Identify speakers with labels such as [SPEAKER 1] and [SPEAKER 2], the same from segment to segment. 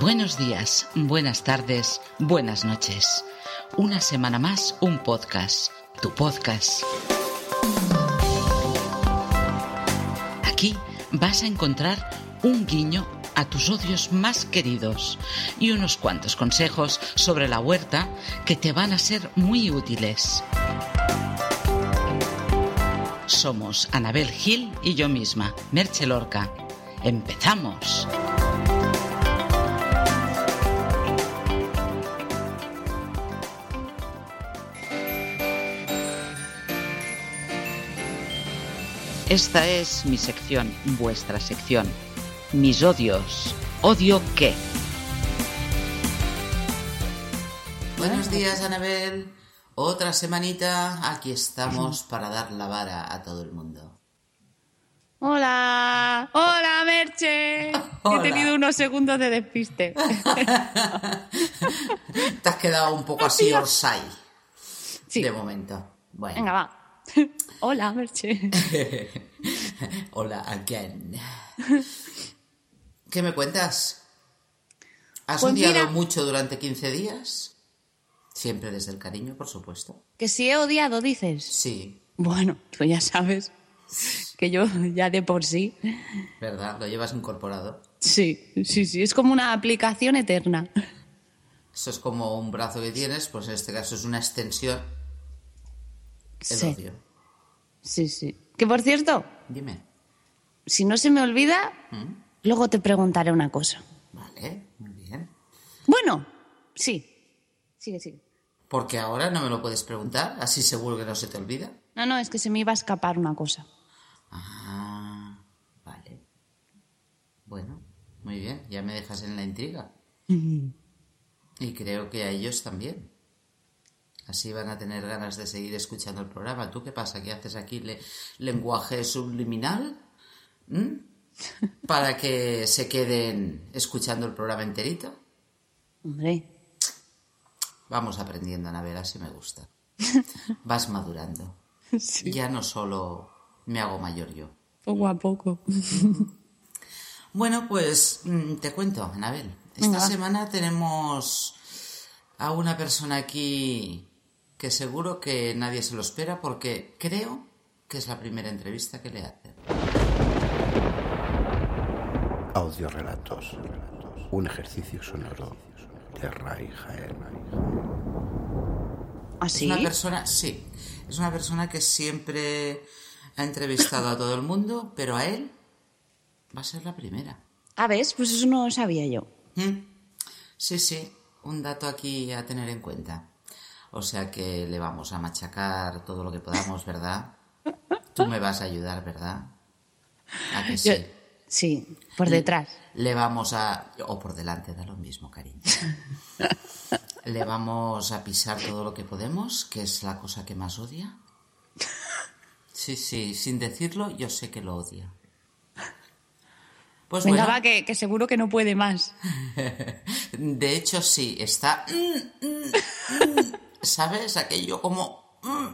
[SPEAKER 1] Buenos días, buenas tardes, buenas noches. Una semana más, un podcast, tu podcast. Aquí vas a encontrar un guiño a tus odios más queridos y unos cuantos consejos sobre la huerta que te van a ser muy útiles. Somos Anabel Gil y yo misma, Merche Lorca. ¡Empezamos! Esta es mi sección, vuestra sección. Mis odios. ¿Odio qué?
[SPEAKER 2] Buenos días, Anabel. Otra semanita, aquí estamos para dar la vara a todo el mundo.
[SPEAKER 3] Hola, hola Merche.
[SPEAKER 2] Hola.
[SPEAKER 3] He tenido unos segundos de despiste.
[SPEAKER 2] Te has quedado un poco así orsay
[SPEAKER 3] Sí.
[SPEAKER 2] de momento. Bueno,
[SPEAKER 3] Venga, va. Hola Merche.
[SPEAKER 2] hola again. ¿Qué me cuentas? ¿Has
[SPEAKER 3] Pues
[SPEAKER 2] odiado
[SPEAKER 3] mira-
[SPEAKER 2] mucho durante 15 días? Siempre desde el cariño, por supuesto.
[SPEAKER 3] Que si he odiado, dices.
[SPEAKER 2] Sí,
[SPEAKER 3] Bueno, tú ya sabes que yo ya de por sí.
[SPEAKER 2] ¿verdad? Lo llevas incorporado.
[SPEAKER 3] Sí, sí, sí. Es como una aplicación eterna.
[SPEAKER 2] Eso es como un brazo que tienes, pues en este caso es una extensión. El
[SPEAKER 3] Sí,
[SPEAKER 2] odio.
[SPEAKER 3] sí, sí. Que por cierto,
[SPEAKER 2] Dime.
[SPEAKER 3] si no se me olvida,
[SPEAKER 2] ¿Mm?
[SPEAKER 3] luego te preguntaré una cosa.
[SPEAKER 2] Vale, muy bien.
[SPEAKER 3] Bueno, sí. Sigue, sigue.
[SPEAKER 2] Porque ahora no me lo puedes preguntar, así seguro que no se te olvida.
[SPEAKER 3] No, no, es que se me iba a escapar una cosa.
[SPEAKER 2] Ah, vale. Bueno, muy bien, ya me dejas en la intriga. Y creo que a ellos también. Así van a tener ganas de seguir escuchando el programa. ¿Tú qué pasa? ¿Qué haces aquí? Le- ¿Lenguaje subliminal? ¿Mm? ¿Para que se queden escuchando el programa enterito?
[SPEAKER 3] Hombre,
[SPEAKER 2] Vamos aprendiendo, Anabel, así me gusta. Vas madurando. Ya no solo me hago mayor yo.
[SPEAKER 3] poco a poco.
[SPEAKER 2] Bueno, pues mm, te cuento, Anabel. Esta
[SPEAKER 3] Venga.
[SPEAKER 2] semana tenemos a una persona aquí que seguro que nadie se lo espera porque creo que es la primera entrevista que le hacen.
[SPEAKER 4] Audiorelatos. Un ejercicio sonoro de Ray Jaén.
[SPEAKER 3] ¿Así?
[SPEAKER 2] Es una persona, sí, es una persona que siempre ha entrevistado a todo el mundo, pero a él va a ser la primera.
[SPEAKER 3] A ver, pues eso no lo sabía yo.
[SPEAKER 2] Mm. Sí, sí, un dato aquí a tener en cuenta. O sea que le vamos a machacar todo lo que podamos, ¿verdad? Tú me vas a ayudar, ¿verdad? A que sí.
[SPEAKER 3] Sí, por detrás.
[SPEAKER 2] Le vamos a... O por delante, da lo mismo, cariño. Le vamos a pisar todo lo que podemos, que es la cosa que más odia. Sí, sí, sin decirlo, yo sé que lo odia. Pues
[SPEAKER 3] Venga,
[SPEAKER 2] bueno,
[SPEAKER 3] va, que, que seguro que no puede más.
[SPEAKER 2] De hecho, sí, está. mm, ¿Sabes? Aquello como. mm,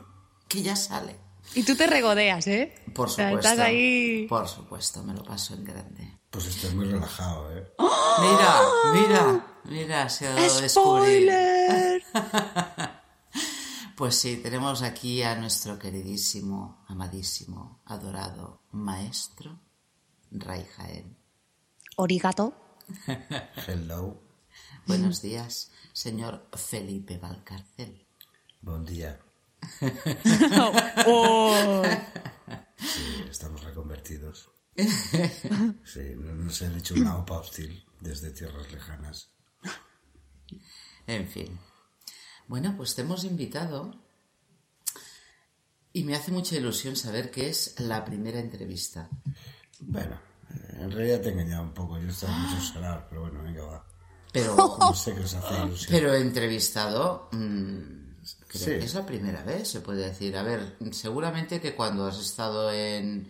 [SPEAKER 2] Que ya sale.
[SPEAKER 3] Y tú te regodeas, ¿eh?
[SPEAKER 2] Por
[SPEAKER 3] O sea,
[SPEAKER 2] supuesto.
[SPEAKER 3] Estás ahí.
[SPEAKER 2] Por supuesto, me lo paso en grande.
[SPEAKER 5] Pues estás muy relajado, ¿eh?
[SPEAKER 2] Mira, mira, mira, se ha dado a descubrir.
[SPEAKER 3] ¡Spoiler!
[SPEAKER 2] Pues sí, tenemos aquí a nuestro queridísimo, amadísimo, adorado maestro, Ray Jaén.
[SPEAKER 3] Origato.
[SPEAKER 5] Hello,
[SPEAKER 2] Buenos días, señor Felipe Valcarcel.
[SPEAKER 5] buen día.
[SPEAKER 3] Oh.
[SPEAKER 5] Sí, estamos reconvertidos. Sí, no- nos han hecho una opa hostil desde tierras lejanas.
[SPEAKER 2] En fin. Bueno, pues te hemos invitado y me hace mucha ilusión saber que es la primera entrevista.
[SPEAKER 5] Bueno, eh, en realidad te he engañado un poco. Yo estaba mucho solar, pero bueno, venga, va.
[SPEAKER 2] Pero,
[SPEAKER 5] No sé qué os hace ilusión.
[SPEAKER 2] pero entrevistado, mm, creo
[SPEAKER 5] Sí.
[SPEAKER 2] que es la primera vez, se puede decir. A ver, seguramente que cuando has estado en,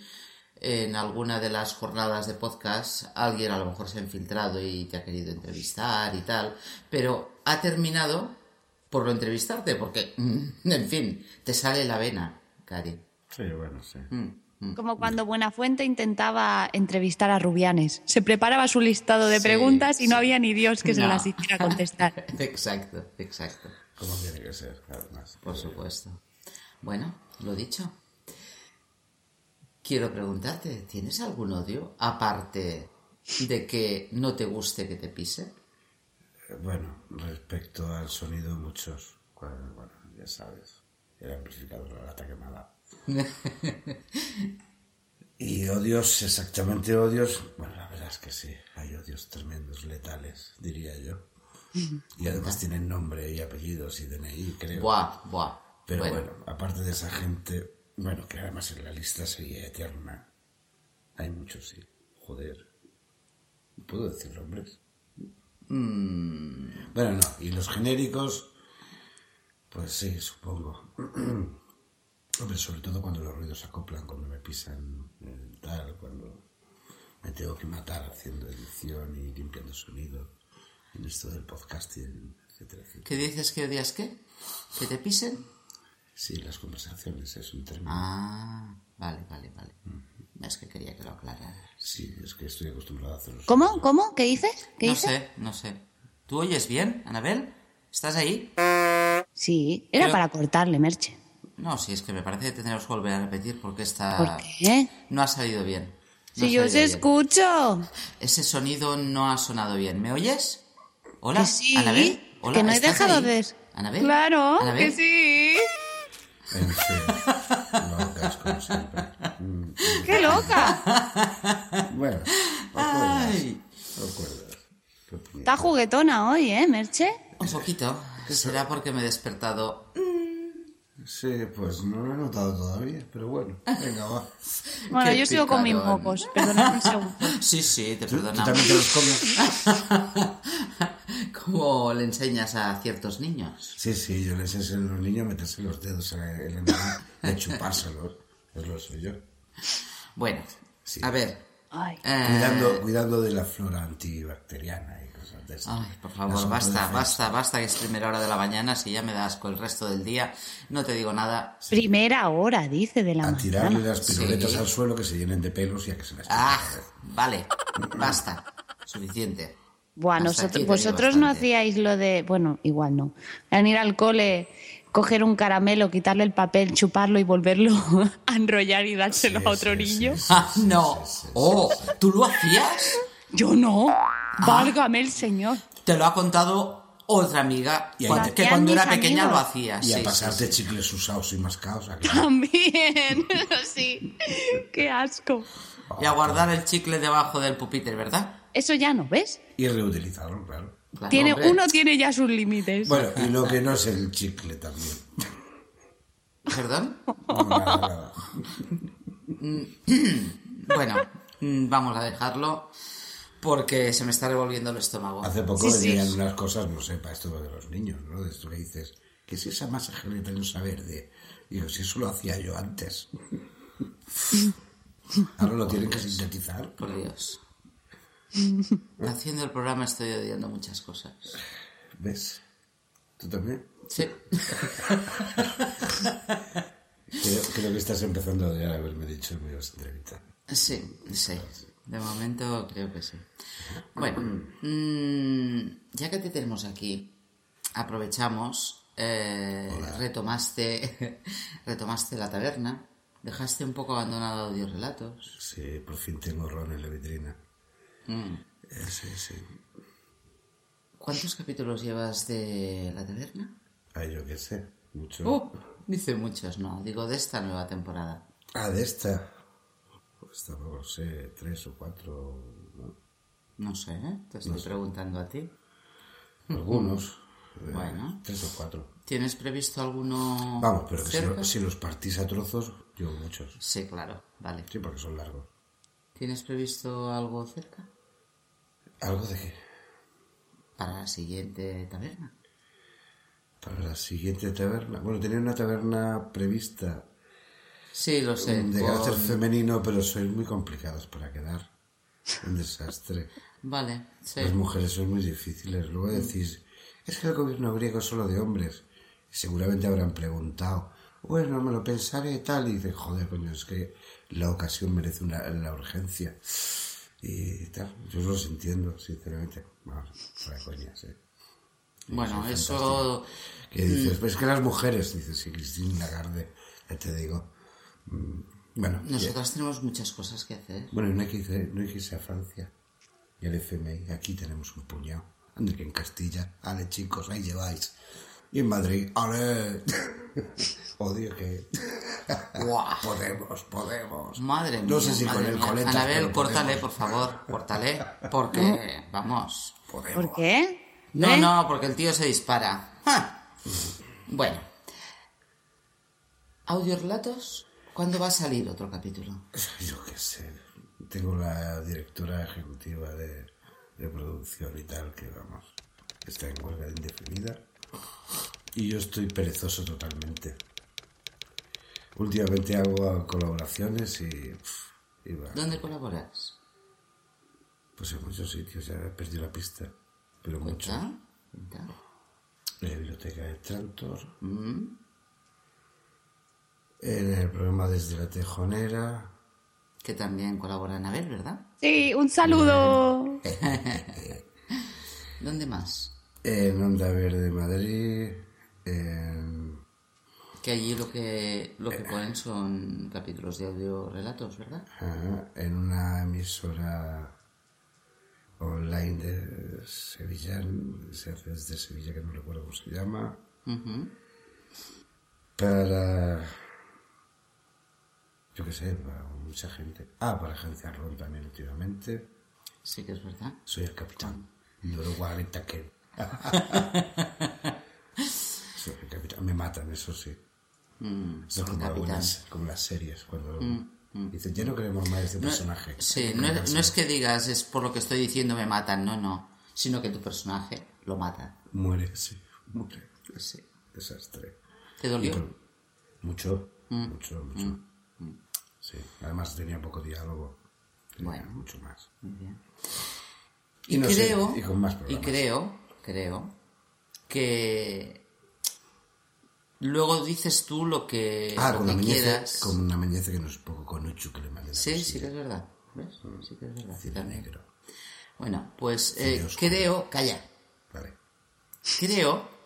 [SPEAKER 2] en alguna de las jornadas de podcast, alguien a lo mejor se ha infiltrado y te ha querido entrevistar y tal, pero ha terminado por no entrevistarte, porque, mm, en fin, te sale la vena, Cari.
[SPEAKER 5] Sí, bueno, sí.
[SPEAKER 3] Como cuando Buenafuente intentaba entrevistar a Rubianes. Se preparaba su listado de
[SPEAKER 2] Sí,
[SPEAKER 3] preguntas y no
[SPEAKER 2] sí.
[SPEAKER 3] había ni Dios que se
[SPEAKER 2] No.
[SPEAKER 3] las hiciera contestar.
[SPEAKER 2] Exacto, exacto.
[SPEAKER 5] Como tiene que ser, además.
[SPEAKER 2] Por supuesto. Bueno, lo dicho. Quiero preguntarte, ¿tienes algún odio aparte de que no te guste que te pise?
[SPEAKER 5] Eh, Bueno, respecto al sonido, muchos. Bueno, bueno, ya sabes. El amplificador de la lata quemada. y odios, exactamente odios. Bueno, la verdad es que sí. Hay odios tremendos, letales, diría yo. Y además tienen nombre y apellidos y DNI, creo.
[SPEAKER 2] Buah, buah.
[SPEAKER 5] Pero bueno. aparte de esa gente, bueno, que además en la lista sería eterna. Hay muchos, sí. Joder. ¿Puedo decir nombres?
[SPEAKER 2] Mm.
[SPEAKER 5] Bueno, no. Y los genéricos, pues sí, supongo. Hombre, sobre todo cuando los ruidos se acoplan, cuando me pisan el tal, cuando me tengo que matar haciendo edición y limpiando sonido en esto del podcasting, etcétera, etcétera.
[SPEAKER 2] ¿Qué dices que odias qué? ¿Que te pisen?
[SPEAKER 5] Sí, las conversaciones es un término.
[SPEAKER 2] Ah, vale, vale, vale. Es que quería que lo aclararas.
[SPEAKER 5] Sí, es que estoy acostumbrado a hacerlo.
[SPEAKER 3] ¿Cómo? ¿Cómo? ¿Qué dices? ¿Qué
[SPEAKER 2] No
[SPEAKER 3] dices?
[SPEAKER 2] sé, no sé. ¿Tú oyes bien, Anabel? ¿Estás ahí?
[SPEAKER 3] Sí, era
[SPEAKER 2] Yo-
[SPEAKER 3] para cortarle, Merche.
[SPEAKER 2] No, sí, es que me parece que tendremos que volver a repetir porque esta...
[SPEAKER 3] ¿Por qué?
[SPEAKER 2] No ha salido bien. Ah. No
[SPEAKER 3] si
[SPEAKER 2] ha
[SPEAKER 3] yo os
[SPEAKER 2] salido bien.
[SPEAKER 3] escucho.
[SPEAKER 2] Ese sonido no ha sonado bien. ¿Me oyes? Hola,
[SPEAKER 3] Que sí,
[SPEAKER 2] Anabel. Hola,
[SPEAKER 3] que no he
[SPEAKER 2] ¿estás
[SPEAKER 3] dejado
[SPEAKER 2] ahí?
[SPEAKER 3] de ver.
[SPEAKER 2] Anabel.
[SPEAKER 3] Claro,
[SPEAKER 2] ¿Anabel?
[SPEAKER 3] que sí.
[SPEAKER 5] En fin, locas como siempre. Mm,
[SPEAKER 3] ¡Qué loca!
[SPEAKER 5] Bueno, recuerdas.
[SPEAKER 2] Ay,
[SPEAKER 5] Recuerdas. ¿Qué opinión?
[SPEAKER 3] Está juguetona hoy, ¿eh, Merche?
[SPEAKER 2] un poquito. Será porque me he despertado.
[SPEAKER 5] Sí, pues no lo he notado todavía, pero bueno, venga, va.
[SPEAKER 3] Bueno,
[SPEAKER 2] Qué
[SPEAKER 3] yo sigo con mis
[SPEAKER 2] picarón.
[SPEAKER 3] mocos. Perdonad un segundo.
[SPEAKER 2] Sí, sí, te
[SPEAKER 5] ¿Tú también
[SPEAKER 2] perdonamos.
[SPEAKER 5] te los comes?
[SPEAKER 2] Como le enseñas a ciertos niños.
[SPEAKER 5] Sí, sí, yo les enseño a los niños a meterse los dedos en el en el nariz y a chupárselos. Es lo soy yo.
[SPEAKER 2] Bueno,
[SPEAKER 5] Sí.
[SPEAKER 2] a ver.
[SPEAKER 3] Ay.
[SPEAKER 2] eh,
[SPEAKER 5] Cuidando, cuidando de la flora antibacteriana y cosas de esas.
[SPEAKER 2] Ay, por
[SPEAKER 5] Las
[SPEAKER 2] favor, basta,
[SPEAKER 5] autodefensas.
[SPEAKER 2] basta, basta, que es primera hora de la mañana. Si ya me das con el resto del día, no te digo nada.
[SPEAKER 3] Primera hora, dice, de la
[SPEAKER 5] A tirarle
[SPEAKER 3] mañana.
[SPEAKER 5] las piruletas
[SPEAKER 2] Sí.
[SPEAKER 5] al suelo que se llenen de pelos y a que se las
[SPEAKER 2] Ah, vale, basta, suficiente.
[SPEAKER 3] Buah,
[SPEAKER 2] Hasta aquí
[SPEAKER 3] nosotros,
[SPEAKER 2] te
[SPEAKER 3] vosotros
[SPEAKER 2] digo
[SPEAKER 3] no
[SPEAKER 2] bastante.
[SPEAKER 3] hacíais lo de... Bueno, igual no. Al ir al cole, coger un caramelo, quitarle el papel, chuparlo y volverlo a enrollar y dárselo a otro
[SPEAKER 5] sí, sí,
[SPEAKER 3] niño.
[SPEAKER 5] sí.
[SPEAKER 2] Ah, no.
[SPEAKER 5] sí, sí,
[SPEAKER 2] Oh, ¿tú lo hacías?
[SPEAKER 3] Yo no.
[SPEAKER 2] Ah.
[SPEAKER 3] Válgame el señor.
[SPEAKER 2] Te lo ha contado otra amiga
[SPEAKER 5] Y ahí
[SPEAKER 2] cuando-
[SPEAKER 5] te-
[SPEAKER 2] que cuando
[SPEAKER 3] Hacían
[SPEAKER 2] era
[SPEAKER 3] mis
[SPEAKER 2] pequeña
[SPEAKER 3] amigos.
[SPEAKER 2] lo hacía.
[SPEAKER 5] Y
[SPEAKER 2] sí,
[SPEAKER 5] a
[SPEAKER 2] sí,
[SPEAKER 5] pasarte
[SPEAKER 2] sí.
[SPEAKER 5] chicles usados y mascados. a claro.
[SPEAKER 3] También. sí. Qué asco.
[SPEAKER 2] Y a guardar el chicle debajo del pupitre, ¿verdad?
[SPEAKER 3] Eso ya no, ¿ves?
[SPEAKER 5] Y reutilizarlo, claro.
[SPEAKER 2] Claro,
[SPEAKER 3] Tiene,
[SPEAKER 2] hombre.
[SPEAKER 3] uno tiene ya sus límites.
[SPEAKER 5] Bueno, y lo que no es el chicle también.
[SPEAKER 2] ¿Perdón?
[SPEAKER 5] No, nada, nada.
[SPEAKER 2] Bueno, mm, vamos a dejarlo porque se me está revolviendo el estómago.
[SPEAKER 5] Hace poco
[SPEAKER 3] Sí,
[SPEAKER 5] venían
[SPEAKER 3] sí.
[SPEAKER 5] unas cosas, no sé, para esto de los niños, ¿no? De esto que dices, ¿qué es esa masa gelatinosa verde? Digo, si eso lo hacía yo antes. Ahora lo tienen que sintetizar.
[SPEAKER 2] Por Dios. Haciendo el programa estoy odiando muchas cosas.
[SPEAKER 5] ¿Ves? ¿Tú también?
[SPEAKER 2] Sí.
[SPEAKER 5] Creo, creo que estás empezando a odiar haberme dicho que me ibas a entrevistar.
[SPEAKER 2] Sí, sí. De momento creo que sí. Bueno, mm, ya que te tenemos aquí, aprovechamos, eh, retomaste, retomaste la taberna, dejaste un poco abandonado audios relatos.
[SPEAKER 5] Sí, por fin tengo ron en la vitrina. Eh, sí, sí.
[SPEAKER 2] ¿Cuántos capítulos llevas de la taberna?
[SPEAKER 5] Ay, Ah, yo qué sé. Mucho.
[SPEAKER 2] Oh, dice muchos, no, digo de esta nueva temporada.
[SPEAKER 5] Ah, de esta. Pues tampoco sé, tres o cuatro. ¿no?
[SPEAKER 2] No sé, ¿eh? te estoy preguntando a ti.
[SPEAKER 5] Algunos. eh,
[SPEAKER 2] Bueno.
[SPEAKER 5] Tres o cuatro.
[SPEAKER 2] ¿Tienes previsto alguno?
[SPEAKER 5] Vamos, pero que si,
[SPEAKER 2] cerca?
[SPEAKER 5] lo- si los partís a trozos, yo muchos.
[SPEAKER 2] Sí, claro, vale.
[SPEAKER 5] Sí, porque son largos.
[SPEAKER 2] ¿Tienes previsto algo cerca?
[SPEAKER 5] ¿Algo de qué?
[SPEAKER 2] para la siguiente taberna.
[SPEAKER 5] Para la siguiente taberna. Bueno, tenía una taberna prevista
[SPEAKER 2] Sí, lo sé.
[SPEAKER 5] de
[SPEAKER 2] con-
[SPEAKER 5] carácter femenino, pero sois muy complicados para quedar. Un desastre.
[SPEAKER 2] Vale, sí.
[SPEAKER 5] Las mujeres son muy difíciles. Luego decís, es que el gobierno griego es solo de hombres. Seguramente habrán preguntado, bueno, me lo pensaré y tal. Y dice, joder, coño, es que la ocasión merece una, la urgencia. Y tal, yo los entiendo, sinceramente. Vamos, fuera de coñas, ¿eh?
[SPEAKER 2] Bueno, eso.
[SPEAKER 5] Que dices, pues es que las mujeres, dices, si Cristina Lagarde, ya te digo. Mm, Bueno, ya.
[SPEAKER 2] Nosotras tenemos muchas cosas que hacer.
[SPEAKER 5] bueno, no hay, que irse, no hay que irse a Francia y al FMI. Aquí tenemos un puñado. Ande que en Castilla, ale chicos, ahí lleváis. Y en Madrid, ale. Odio que.
[SPEAKER 2] Buah.
[SPEAKER 5] podemos, podemos.
[SPEAKER 2] Madre mía.
[SPEAKER 5] No sé si
[SPEAKER 2] madre
[SPEAKER 5] con el
[SPEAKER 2] mía.
[SPEAKER 5] coleta.
[SPEAKER 2] Anabel,
[SPEAKER 5] pero
[SPEAKER 2] córtale,
[SPEAKER 5] podemos.
[SPEAKER 2] por favor. Córtale. Porque, vamos.
[SPEAKER 5] Podemos.
[SPEAKER 3] ¿Por qué?
[SPEAKER 2] No,
[SPEAKER 3] ¿Eh?
[SPEAKER 2] no, porque el tío se dispara. ¡Ja! Bueno. ¿Audiorelatos? ¿Cuándo va a salir otro capítulo?
[SPEAKER 5] Yo qué sé. Tengo la directora ejecutiva de, de producción y tal, que vamos, está en huelga indefinida. Y yo estoy perezoso totalmente. Últimamente hago colaboraciones y. y va.
[SPEAKER 2] ¿Dónde colaboras?
[SPEAKER 5] Pues en muchos sitios, ya he perdido la pista. Pero mucho.
[SPEAKER 2] ¿Ah? ¿Ah?
[SPEAKER 5] En la biblioteca de Trantor. En el programa Desde la Tejonera.
[SPEAKER 2] Que también colabora Anabel, ¿verdad?
[SPEAKER 3] Sí, un saludo.
[SPEAKER 2] ¿Dónde más?
[SPEAKER 5] En Onda Verde Madrid. En.
[SPEAKER 2] Que allí lo que, lo
[SPEAKER 5] Eh,
[SPEAKER 2] que ponen son capítulos de audio relatos, ¿verdad?
[SPEAKER 5] Ajá, en una emisora online de Sevilla, se hace desde Sevilla, que no recuerdo cómo se llama,
[SPEAKER 2] Ujú.
[SPEAKER 5] para, yo qué sé, para mucha gente. Ah, para Agencia Ron también últimamente.
[SPEAKER 2] Sí que es verdad.
[SPEAKER 5] Soy el capitán. Duro 40 que... Soy el capitán. Me matan, eso sí. Eso es como,
[SPEAKER 2] Mm, capitán. Mm,
[SPEAKER 5] algunas- como las series, cuando dicen, ya no queremos más este personaje.
[SPEAKER 2] Sí, no, es- no es que digas, es por lo que estoy diciendo me matan, no, no. Sino que tu personaje lo mata.
[SPEAKER 5] Muere, sí. Muere.
[SPEAKER 2] Sí.
[SPEAKER 5] Desastre.
[SPEAKER 2] ¿Te dolió?
[SPEAKER 5] Y con- Mucho,
[SPEAKER 2] Mm.
[SPEAKER 5] mucho, mucho. Sí, además tenía poco diálogo. Tenía
[SPEAKER 2] Bueno.
[SPEAKER 5] mucho más.
[SPEAKER 2] Y,
[SPEAKER 5] Y no sé,
[SPEAKER 2] creo,
[SPEAKER 5] y con más programas.
[SPEAKER 2] creo, creo que luego dices tú lo que,
[SPEAKER 5] Ah,
[SPEAKER 2] lo
[SPEAKER 5] con
[SPEAKER 2] eh, que
[SPEAKER 5] amanece,
[SPEAKER 2] quieras.
[SPEAKER 5] con amanece que no es poco con Uchu que le mandé la
[SPEAKER 2] Sí, sí
[SPEAKER 5] cosilla.
[SPEAKER 2] que es verdad. ¿Ves? Sí que es verdad.
[SPEAKER 5] Mm. Cielo
[SPEAKER 2] También.
[SPEAKER 5] negro.
[SPEAKER 2] Bueno, pues eh,
[SPEAKER 5] oscuro.
[SPEAKER 2] creo, calla,
[SPEAKER 5] Vale.
[SPEAKER 2] creo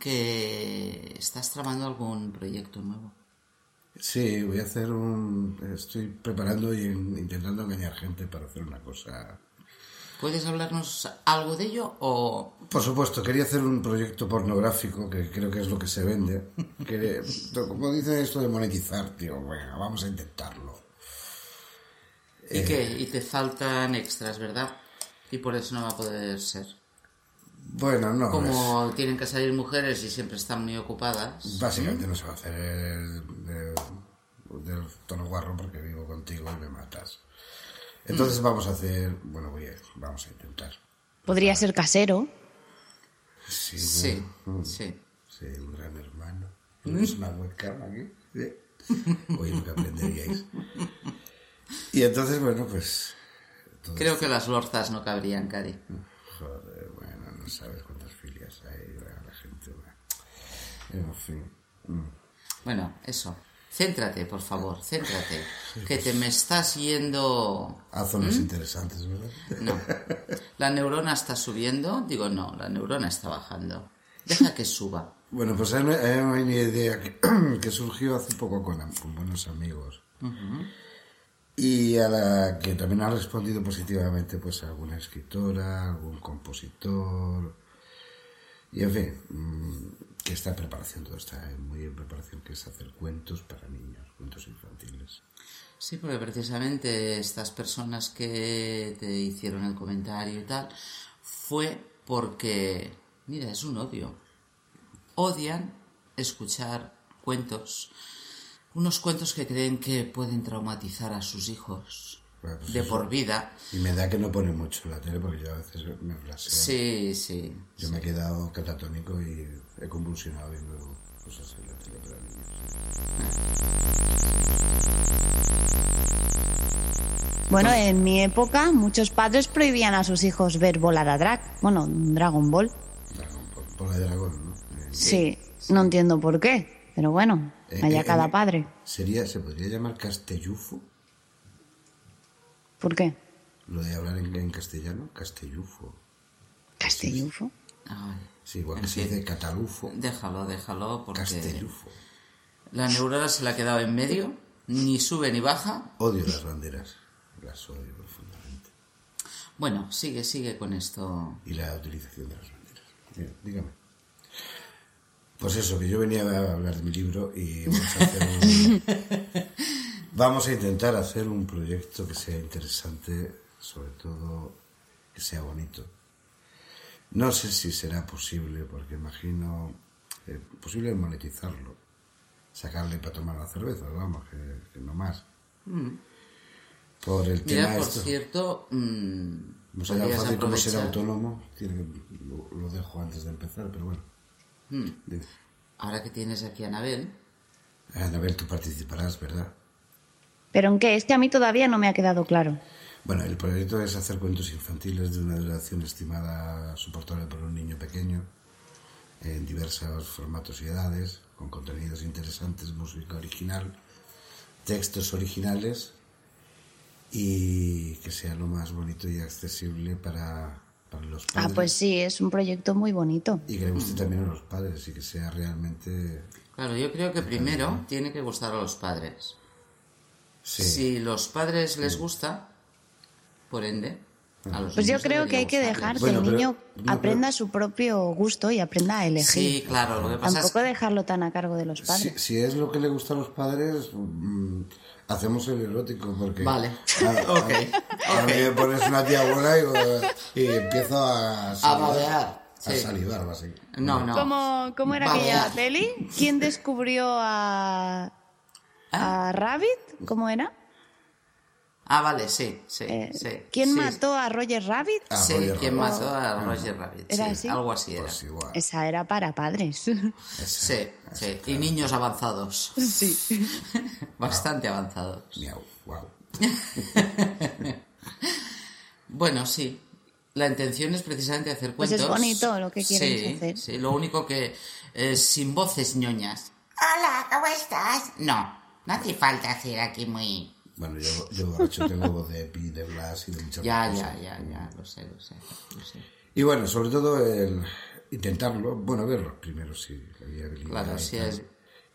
[SPEAKER 2] que estás tramando algún proyecto nuevo.
[SPEAKER 5] Sí, voy a hacer un... Estoy preparando y en- intentando engañar gente para hacer una cosa...
[SPEAKER 2] ¿Puedes hablarnos algo de ello o
[SPEAKER 5] Por supuesto, quería hacer un proyecto pornográfico, que creo que es lo que se vende. Que, como dicen esto de monetizar, tío, bueno, vamos a intentarlo.
[SPEAKER 2] y qué? Y te faltan extras, ¿verdad? Y por eso no va a poder ser.
[SPEAKER 5] Bueno, no. es-
[SPEAKER 2] Como tienen que salir mujeres y siempre están muy ocupadas.
[SPEAKER 5] básicamente no se va a hacer el- el- del tono guarro porque vivo contigo y me matas.
[SPEAKER 2] Mm.
[SPEAKER 5] Entonces vamos a hacer. Bueno, voy a, vamos a intentar.
[SPEAKER 3] Podría ser casero.
[SPEAKER 5] Sí,
[SPEAKER 2] Sí,
[SPEAKER 5] ¿no?
[SPEAKER 2] sí.
[SPEAKER 5] Sí, un gran hermano. Es una webcam aquí. Oye, lo que aprenderíais. Y entonces, bueno, pues. todo
[SPEAKER 2] Creo que las lorzas no cabrían, Cari.
[SPEAKER 5] Joder, bueno, no sabes cuántas filias hay, bueno, la gente, bueno. En fin. Mm.
[SPEAKER 2] Bueno, eso. Céntrate, por favor, céntrate. Que te me estás yendo...
[SPEAKER 5] A zonas ah, interesantes, ¿verdad?
[SPEAKER 2] No. La neurona está subiendo. Digo, no, la neurona está bajando. Deja que suba.
[SPEAKER 5] Bueno, pues hay, hay una idea que, que surgió hace poco con, am- con buenos amigos. Y a la que también ha respondido positivamente pues alguna escritora, algún compositor. Y en fin, mm, que está en preparación, todo está muy en preparación, que es hacer cuentos para niños, cuentos infantiles.
[SPEAKER 2] Sí, porque precisamente estas personas que te hicieron el comentario y tal, fue porque, mira, es un odio. Odian escuchar cuentos, unos cuentos que creen que pueden traumatizar a sus hijos
[SPEAKER 5] Bueno, pues
[SPEAKER 2] de
[SPEAKER 5] eso.
[SPEAKER 2] por vida.
[SPEAKER 5] Y me da que no pone mucho en la tele porque yo a veces me flaseo.
[SPEAKER 2] Sí, sí.
[SPEAKER 5] Yo me he quedado catatónico y he convulsionado viendo cosas en la tele para niños.
[SPEAKER 3] Bueno, en mi época muchos padres prohibían a sus hijos ver volar a Drag, bueno, Dragon Ball.
[SPEAKER 5] Dragón, por, por la de dragón, ¿no? Eh,
[SPEAKER 3] Sí, no entiendo por qué. Pero bueno,
[SPEAKER 5] Eh,
[SPEAKER 3] allá
[SPEAKER 5] eh,
[SPEAKER 3] cada
[SPEAKER 5] eh.
[SPEAKER 3] padre.
[SPEAKER 5] Sería, ¿Se podría llamar castellufo?
[SPEAKER 3] ¿Por qué?
[SPEAKER 5] Lo de hablar en, en castellano, castellufo.
[SPEAKER 3] Castellufo.
[SPEAKER 2] Ah, vale.
[SPEAKER 5] Sí, igual
[SPEAKER 2] En
[SPEAKER 5] que se
[SPEAKER 2] fin.
[SPEAKER 5] dice catalufo,
[SPEAKER 2] Déjalo, déjalo, porque
[SPEAKER 5] castellufo.
[SPEAKER 2] la neurona se la ha quedado en medio, ni sube ni baja.
[SPEAKER 5] Odio las banderas, las odio profundamente.
[SPEAKER 2] Bueno, sigue, sigue con esto.
[SPEAKER 5] Y la utilización de las banderas. Bien, Dígame. Pues eso, que yo venía a hablar de mi libro y vamos a hacer un- Vamos a intentar hacer un proyecto que sea interesante, sobre todo que sea bonito. No sé si será posible, porque imagino eh, posible monetizarlo, sacarle para tomar la cerveza, vamos, que, que no más. Por el tema
[SPEAKER 2] Mm. Mira, por
[SPEAKER 5] esto-
[SPEAKER 2] cierto, mm,
[SPEAKER 5] no será
[SPEAKER 2] podrías
[SPEAKER 5] fácil como ser
[SPEAKER 2] aprovechar-
[SPEAKER 5] autónomo. Tiene que- lo, lo dejo antes de empezar, pero bueno. Dime. Ah,
[SPEAKER 2] Ahora que tienes aquí a Anabel,
[SPEAKER 5] Anabel, tú participarás, ¿verdad?
[SPEAKER 3] ¿Pero en qué? Es que a mí todavía no me ha quedado claro.
[SPEAKER 5] Bueno, el proyecto es hacer cuentos infantiles de una duración estimada soportable por un niño pequeño, en diversos formatos y edades, con contenidos interesantes, música original, textos originales y que sea lo más bonito y accesible para, para los
[SPEAKER 3] Ah,
[SPEAKER 5] padres.
[SPEAKER 3] pues Mm. sí, es un proyecto muy bonito.
[SPEAKER 5] Y que le guste también a los padres y que sea realmente...
[SPEAKER 2] claro, yo creo que primero tiene que gustar a los padres.
[SPEAKER 5] Sí.
[SPEAKER 2] Si los padres les gusta, por ende, a los
[SPEAKER 3] Pues yo
[SPEAKER 2] niños
[SPEAKER 3] creo que hay que
[SPEAKER 2] debería
[SPEAKER 3] dejar
[SPEAKER 2] gustarles.
[SPEAKER 3] que
[SPEAKER 5] Bueno,
[SPEAKER 3] el
[SPEAKER 5] pero-
[SPEAKER 3] niño
[SPEAKER 5] no, pero-
[SPEAKER 3] aprenda su propio gusto y aprenda a elegir.
[SPEAKER 2] Sí, claro, lo que pasa es
[SPEAKER 3] Tampoco dejarlo tan a cargo de los
[SPEAKER 5] Si,
[SPEAKER 3] padres.
[SPEAKER 5] si es lo que le gusta a los padres, mm, hacemos el erótico porque...
[SPEAKER 2] Vale.
[SPEAKER 5] A, a-
[SPEAKER 2] Ok,
[SPEAKER 5] a mí me pones una tía buena y, y empiezo a...
[SPEAKER 2] Ah,
[SPEAKER 5] salivar-
[SPEAKER 2] babear,
[SPEAKER 5] A
[SPEAKER 2] sí.
[SPEAKER 5] salivar, básicamente.
[SPEAKER 2] No, no.
[SPEAKER 3] ¿Cómo, cómo era
[SPEAKER 2] Vale.
[SPEAKER 3] aquella peli? ¿Quién descubrió a, a Rabbit? ¿Cómo era?
[SPEAKER 2] Ah, vale, sí, sí,
[SPEAKER 3] Eh,
[SPEAKER 2] sí.
[SPEAKER 3] ¿Quién
[SPEAKER 2] sí.
[SPEAKER 3] mató a Roger Rabbit?
[SPEAKER 5] Ah,
[SPEAKER 2] Sí,
[SPEAKER 5] Roger
[SPEAKER 2] ¿quién
[SPEAKER 5] Rabbit. Ah.
[SPEAKER 2] mató a Roger Rabbit?
[SPEAKER 3] ¿Era
[SPEAKER 2] sí,
[SPEAKER 3] así?
[SPEAKER 2] algo así era.
[SPEAKER 5] Pues igual.
[SPEAKER 3] Esa era para padres.
[SPEAKER 2] Sí, sí. Y niños avanzados.
[SPEAKER 3] Sí.
[SPEAKER 2] Bastante avanzados.
[SPEAKER 5] Miau, guau.
[SPEAKER 2] Bueno, sí. La intención es precisamente hacer
[SPEAKER 3] Pues
[SPEAKER 2] cuentos.
[SPEAKER 3] es bonito lo que quieres
[SPEAKER 2] Sí,
[SPEAKER 3] hacer.
[SPEAKER 2] Sí, lo único que eh, sin voces ñoñas. Hola, ¿cómo estás? No, no hace falta hacer aquí muy...
[SPEAKER 5] Bueno, yo, yo borracho tengo voz de Pi, de Blas y de muchas
[SPEAKER 2] Ya,
[SPEAKER 5] cosas.
[SPEAKER 2] ya, ya, ya, lo sé, lo sé, lo sé.
[SPEAKER 5] Y bueno, sobre todo el intentarlo, bueno, verlo primero, sí, la viabilidad
[SPEAKER 2] Claro,
[SPEAKER 5] y,
[SPEAKER 2] sí
[SPEAKER 5] tal,
[SPEAKER 2] es-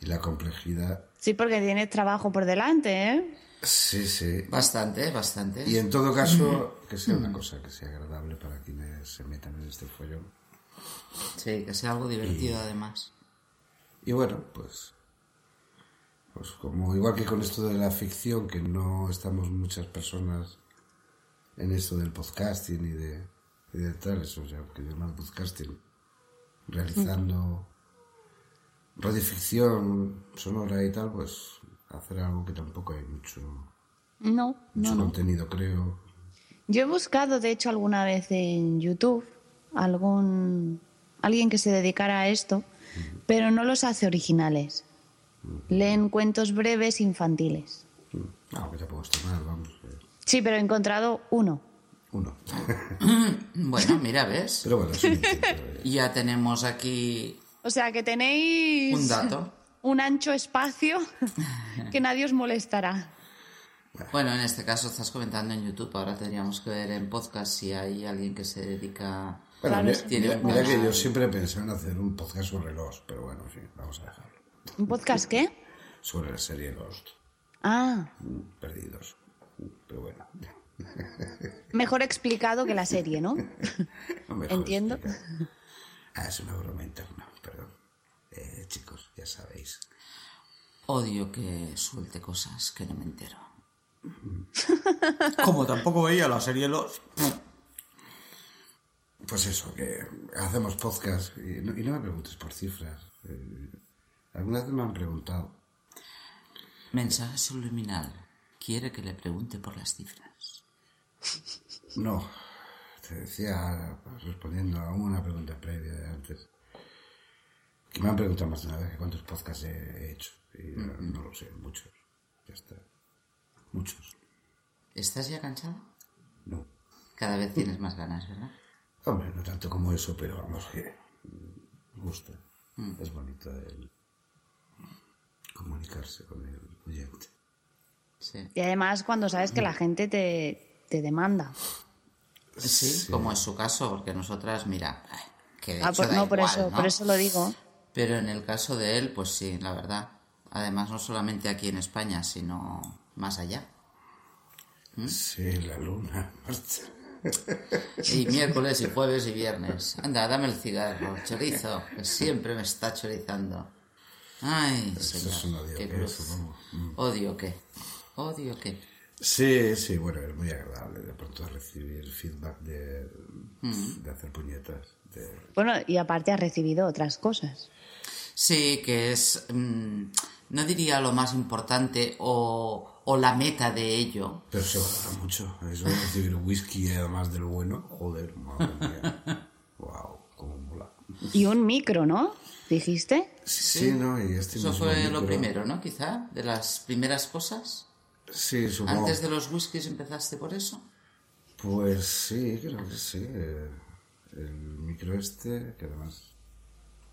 [SPEAKER 5] y la complejidad.
[SPEAKER 3] Sí, porque tienes trabajo por delante, ¿eh?
[SPEAKER 5] Sí, sí.
[SPEAKER 2] Bastante, bastante.
[SPEAKER 5] Y en todo caso, que sea
[SPEAKER 3] Mm.
[SPEAKER 5] una cosa que sea agradable para quienes se metan en este follón.
[SPEAKER 2] Sí, que sea algo divertido además.
[SPEAKER 5] Y bueno, pues. Pues como igual que con esto de la ficción, que no estamos muchas personas en esto del podcasting y de, y de tal, eso, o sea, que llamar podcasting, realizando radioficción sonora y tal, pues hacer algo que tampoco hay mucho,
[SPEAKER 3] No,
[SPEAKER 5] mucho
[SPEAKER 3] no, no.
[SPEAKER 5] contenido, creo.
[SPEAKER 3] Yo he buscado, de hecho, alguna vez en YouTube algún alguien que se dedicara a esto, pero no los hace originales. Leen cuentos breves infantiles.
[SPEAKER 5] Mm. No, que tampoco está mal, vamos. eh,
[SPEAKER 3] Sí, pero he encontrado uno.
[SPEAKER 5] Uno.
[SPEAKER 2] Bueno, mira, ¿ves?
[SPEAKER 5] Pero bueno, es un intento, eh.
[SPEAKER 2] Ya tenemos aquí
[SPEAKER 3] O sea que tenéis
[SPEAKER 2] un dato.
[SPEAKER 3] un ancho espacio que nadie os molestará.
[SPEAKER 2] Bueno, en este caso estás comentando en YouTube, ahora tendríamos que ver en podcast si hay alguien que se dedica...
[SPEAKER 5] Bueno,
[SPEAKER 3] Claro,
[SPEAKER 5] mira,
[SPEAKER 3] sí.
[SPEAKER 5] mira-
[SPEAKER 2] Tiene un
[SPEAKER 5] mira que
[SPEAKER 2] canal.
[SPEAKER 5] yo siempre he pensado en hacer un podcast sobre los, pero bueno, sí, vamos a dejarlo.
[SPEAKER 3] ¿Un podcast qué?
[SPEAKER 5] Sobre la serie Lost,
[SPEAKER 3] Ah,
[SPEAKER 5] perdidos. Pero bueno,
[SPEAKER 3] mejor explicado que la serie, ¿no?
[SPEAKER 5] no me jodas,
[SPEAKER 3] Entiendo.
[SPEAKER 5] explicar. Ah, es una broma interna, perdón. Eh, chicos, ya sabéis.
[SPEAKER 2] Odio que suelte cosas que no me entero.
[SPEAKER 6] Como tampoco veía la serie Los.
[SPEAKER 5] Pues eso, que hacemos podcast y no, y no me preguntes por cifras. Eh, alguna vez me han preguntado.
[SPEAKER 2] Mensaje subliminal. Quiere que le pregunte por las cifras.
[SPEAKER 5] No, te decía, respondiendo a una pregunta previa de antes, que me han preguntado más de una vez que cuántos podcasts he hecho. Y eh, no lo sé, muchos. Ya está. Muchos.
[SPEAKER 2] ¿Estás ya cansado?
[SPEAKER 5] No.
[SPEAKER 2] Cada vez tienes más ganas, ¿verdad?
[SPEAKER 5] Hombre, no tanto como eso, pero vamos que mm, gusta. Es bonito el, identificarse con el oyente.
[SPEAKER 2] Sí.
[SPEAKER 3] Y además cuando sabes que la gente te, te demanda.
[SPEAKER 2] Sí,
[SPEAKER 5] Sí.
[SPEAKER 2] como es su caso, porque nosotras, mira, ay, que de
[SPEAKER 3] Ah,
[SPEAKER 2] hecho
[SPEAKER 3] pues
[SPEAKER 2] da
[SPEAKER 3] no, por
[SPEAKER 2] igual,
[SPEAKER 3] eso,
[SPEAKER 2] ¿no?
[SPEAKER 3] por eso lo digo.
[SPEAKER 2] Pero en el caso de él, pues sí, la verdad. Además, no solamente aquí en España, sino más allá.
[SPEAKER 5] ¿Mm? Sí, la luna. Marta.
[SPEAKER 2] Y miércoles y jueves y viernes. Anda, dame el cigarro, chorizo, que siempre me está chorizando. Ay,
[SPEAKER 5] Eso es un
[SPEAKER 2] señor,
[SPEAKER 5] odio
[SPEAKER 2] qué
[SPEAKER 5] que
[SPEAKER 2] cruz.
[SPEAKER 5] supongo.
[SPEAKER 2] Odio que, odio que.
[SPEAKER 5] Sí, sí, bueno, es muy agradable de pronto recibir feedback de,
[SPEAKER 2] Mm.
[SPEAKER 5] de hacer puñetas. de-
[SPEAKER 3] Bueno, y aparte has recibido otras cosas.
[SPEAKER 2] Sí, que es, mm, no diría lo más importante o, o la meta de ello,
[SPEAKER 5] Pero se valora mucho. Eso de recibir whisky además del bueno. Joder, madre mía. wow, cómo mola.
[SPEAKER 3] Y un micro, ¿no? ¿Dijiste?
[SPEAKER 5] Sí, sí, ¿no? Y este
[SPEAKER 2] Eso
[SPEAKER 5] mismo
[SPEAKER 2] fue
[SPEAKER 5] micro-
[SPEAKER 2] lo primero, ¿no? Quizá, de las primeras cosas.
[SPEAKER 5] Sí, supongo.
[SPEAKER 2] Antes de los whiskies empezaste por eso.
[SPEAKER 5] Pues sí, creo que sí. eh, El micro este, que además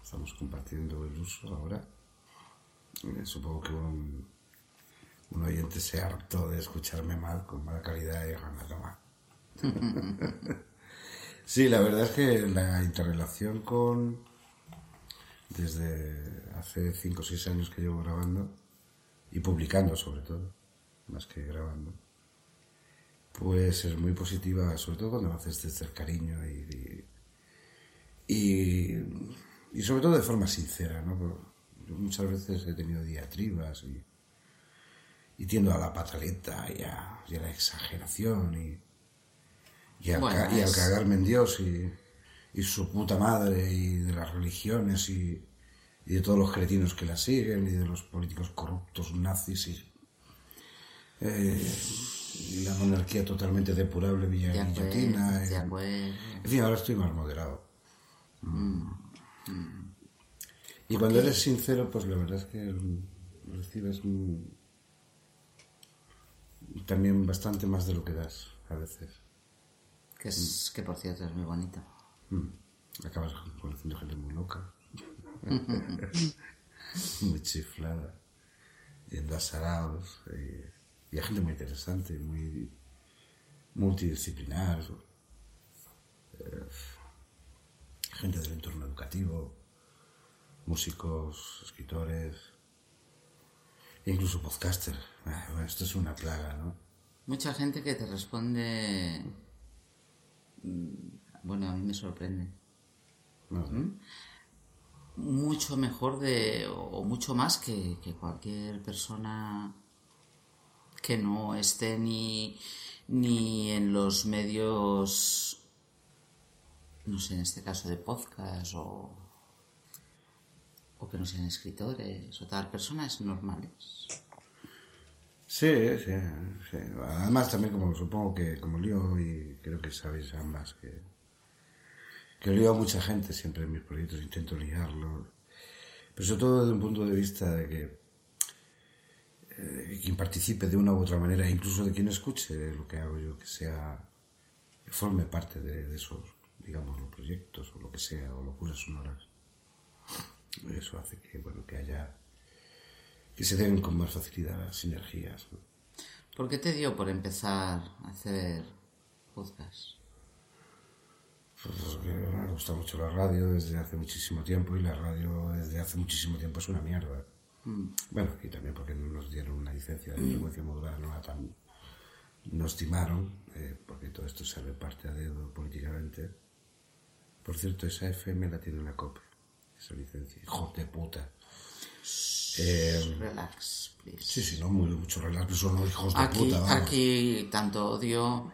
[SPEAKER 5] estamos compartiendo el uso ahora. Eh, Supongo que un, un oyente se hartó de escucharme mal, con mala calidad y ganando mal. sí, la verdad es que la interrelación con... Desde hace 5 o 6 años que llevo grabando y publicando sobre todo, más que grabando. Pues es muy positiva, sobre todo cuando lo haces desde el cariño y, y, y- y sobre todo de forma sincera, ¿no? Por- Yo muchas veces he tenido diatribas y, y tiendo a la pataleta y a, y a la exageración y, y, al,
[SPEAKER 2] Bueno,
[SPEAKER 5] ca- y al
[SPEAKER 2] es-
[SPEAKER 5] cagarme en Dios y, y su puta madre y de las religiones y, y de todos los cretinos que la siguen y de los políticos corruptos nazis y eh, y la monarquía totalmente depurable villa
[SPEAKER 2] Ya fue,
[SPEAKER 5] guillotina.
[SPEAKER 2] ya
[SPEAKER 5] eh.
[SPEAKER 2] fue.
[SPEAKER 5] En fin, ahora estoy más moderado. Mm. Y cuando eres sincero, pues la verdad es que mm, recibes mm, también bastante más de lo que das a veces.
[SPEAKER 2] Que, es, que por cierto es muy bonito.
[SPEAKER 5] Mm. Acabas conociendo gente muy loca, muy chiflada, yendo a saraos, eh, y a gente muy interesante, muy multidisciplinar, eh, gente del entorno educativo, músicos, escritores, e incluso podcasters. Ah, bueno, esto es una plaga, ¿no?
[SPEAKER 2] Mucha gente que te responde... mm, Bueno, a mí me sorprende. ¿Mm?
[SPEAKER 5] No sé.
[SPEAKER 2] Mucho mejor de... o mucho más que, que cualquier persona que no esté ni, ni en los medios, no sé, en este caso de podcast o, o que no sean escritores o tal, personas normales.
[SPEAKER 5] Sí, sí, sí. Además también como supongo que como lío y creo que sabéis ambas que, que lío a mucha gente siempre en mis proyectos, intento liarlo. Pero sobre todo desde un punto de vista de que eh, quien participe de una u otra manera, incluso de quien escuche lo que hago yo, que sea, que forme parte de, de esos, digamos, los proyectos o lo que sea, o locuras sonoras. Eso hace que, bueno, que haya, que se den con más facilidad las sinergias, ¿no?
[SPEAKER 2] ¿Por qué te dio por empezar a hacer podcast?
[SPEAKER 5] Pues que me gusta mucho la radio desde hace muchísimo tiempo y la radio desde hace muchísimo tiempo es una mierda.
[SPEAKER 2] Mm.
[SPEAKER 5] Bueno, y también porque no nos dieron una licencia de frecuencia modular, no la tan... Nos timaron, eh, porque todo esto se reparte a dedo políticamente. Por cierto, esa FM la tiene una copia, esa licencia. ¡Hijo de puta! Eh,
[SPEAKER 2] Relax, please.
[SPEAKER 5] sí, sí, no, muy, mucho relato, son unos hijos de
[SPEAKER 2] Aquí,
[SPEAKER 5] puta, vamos.
[SPEAKER 2] aquí tanto odio.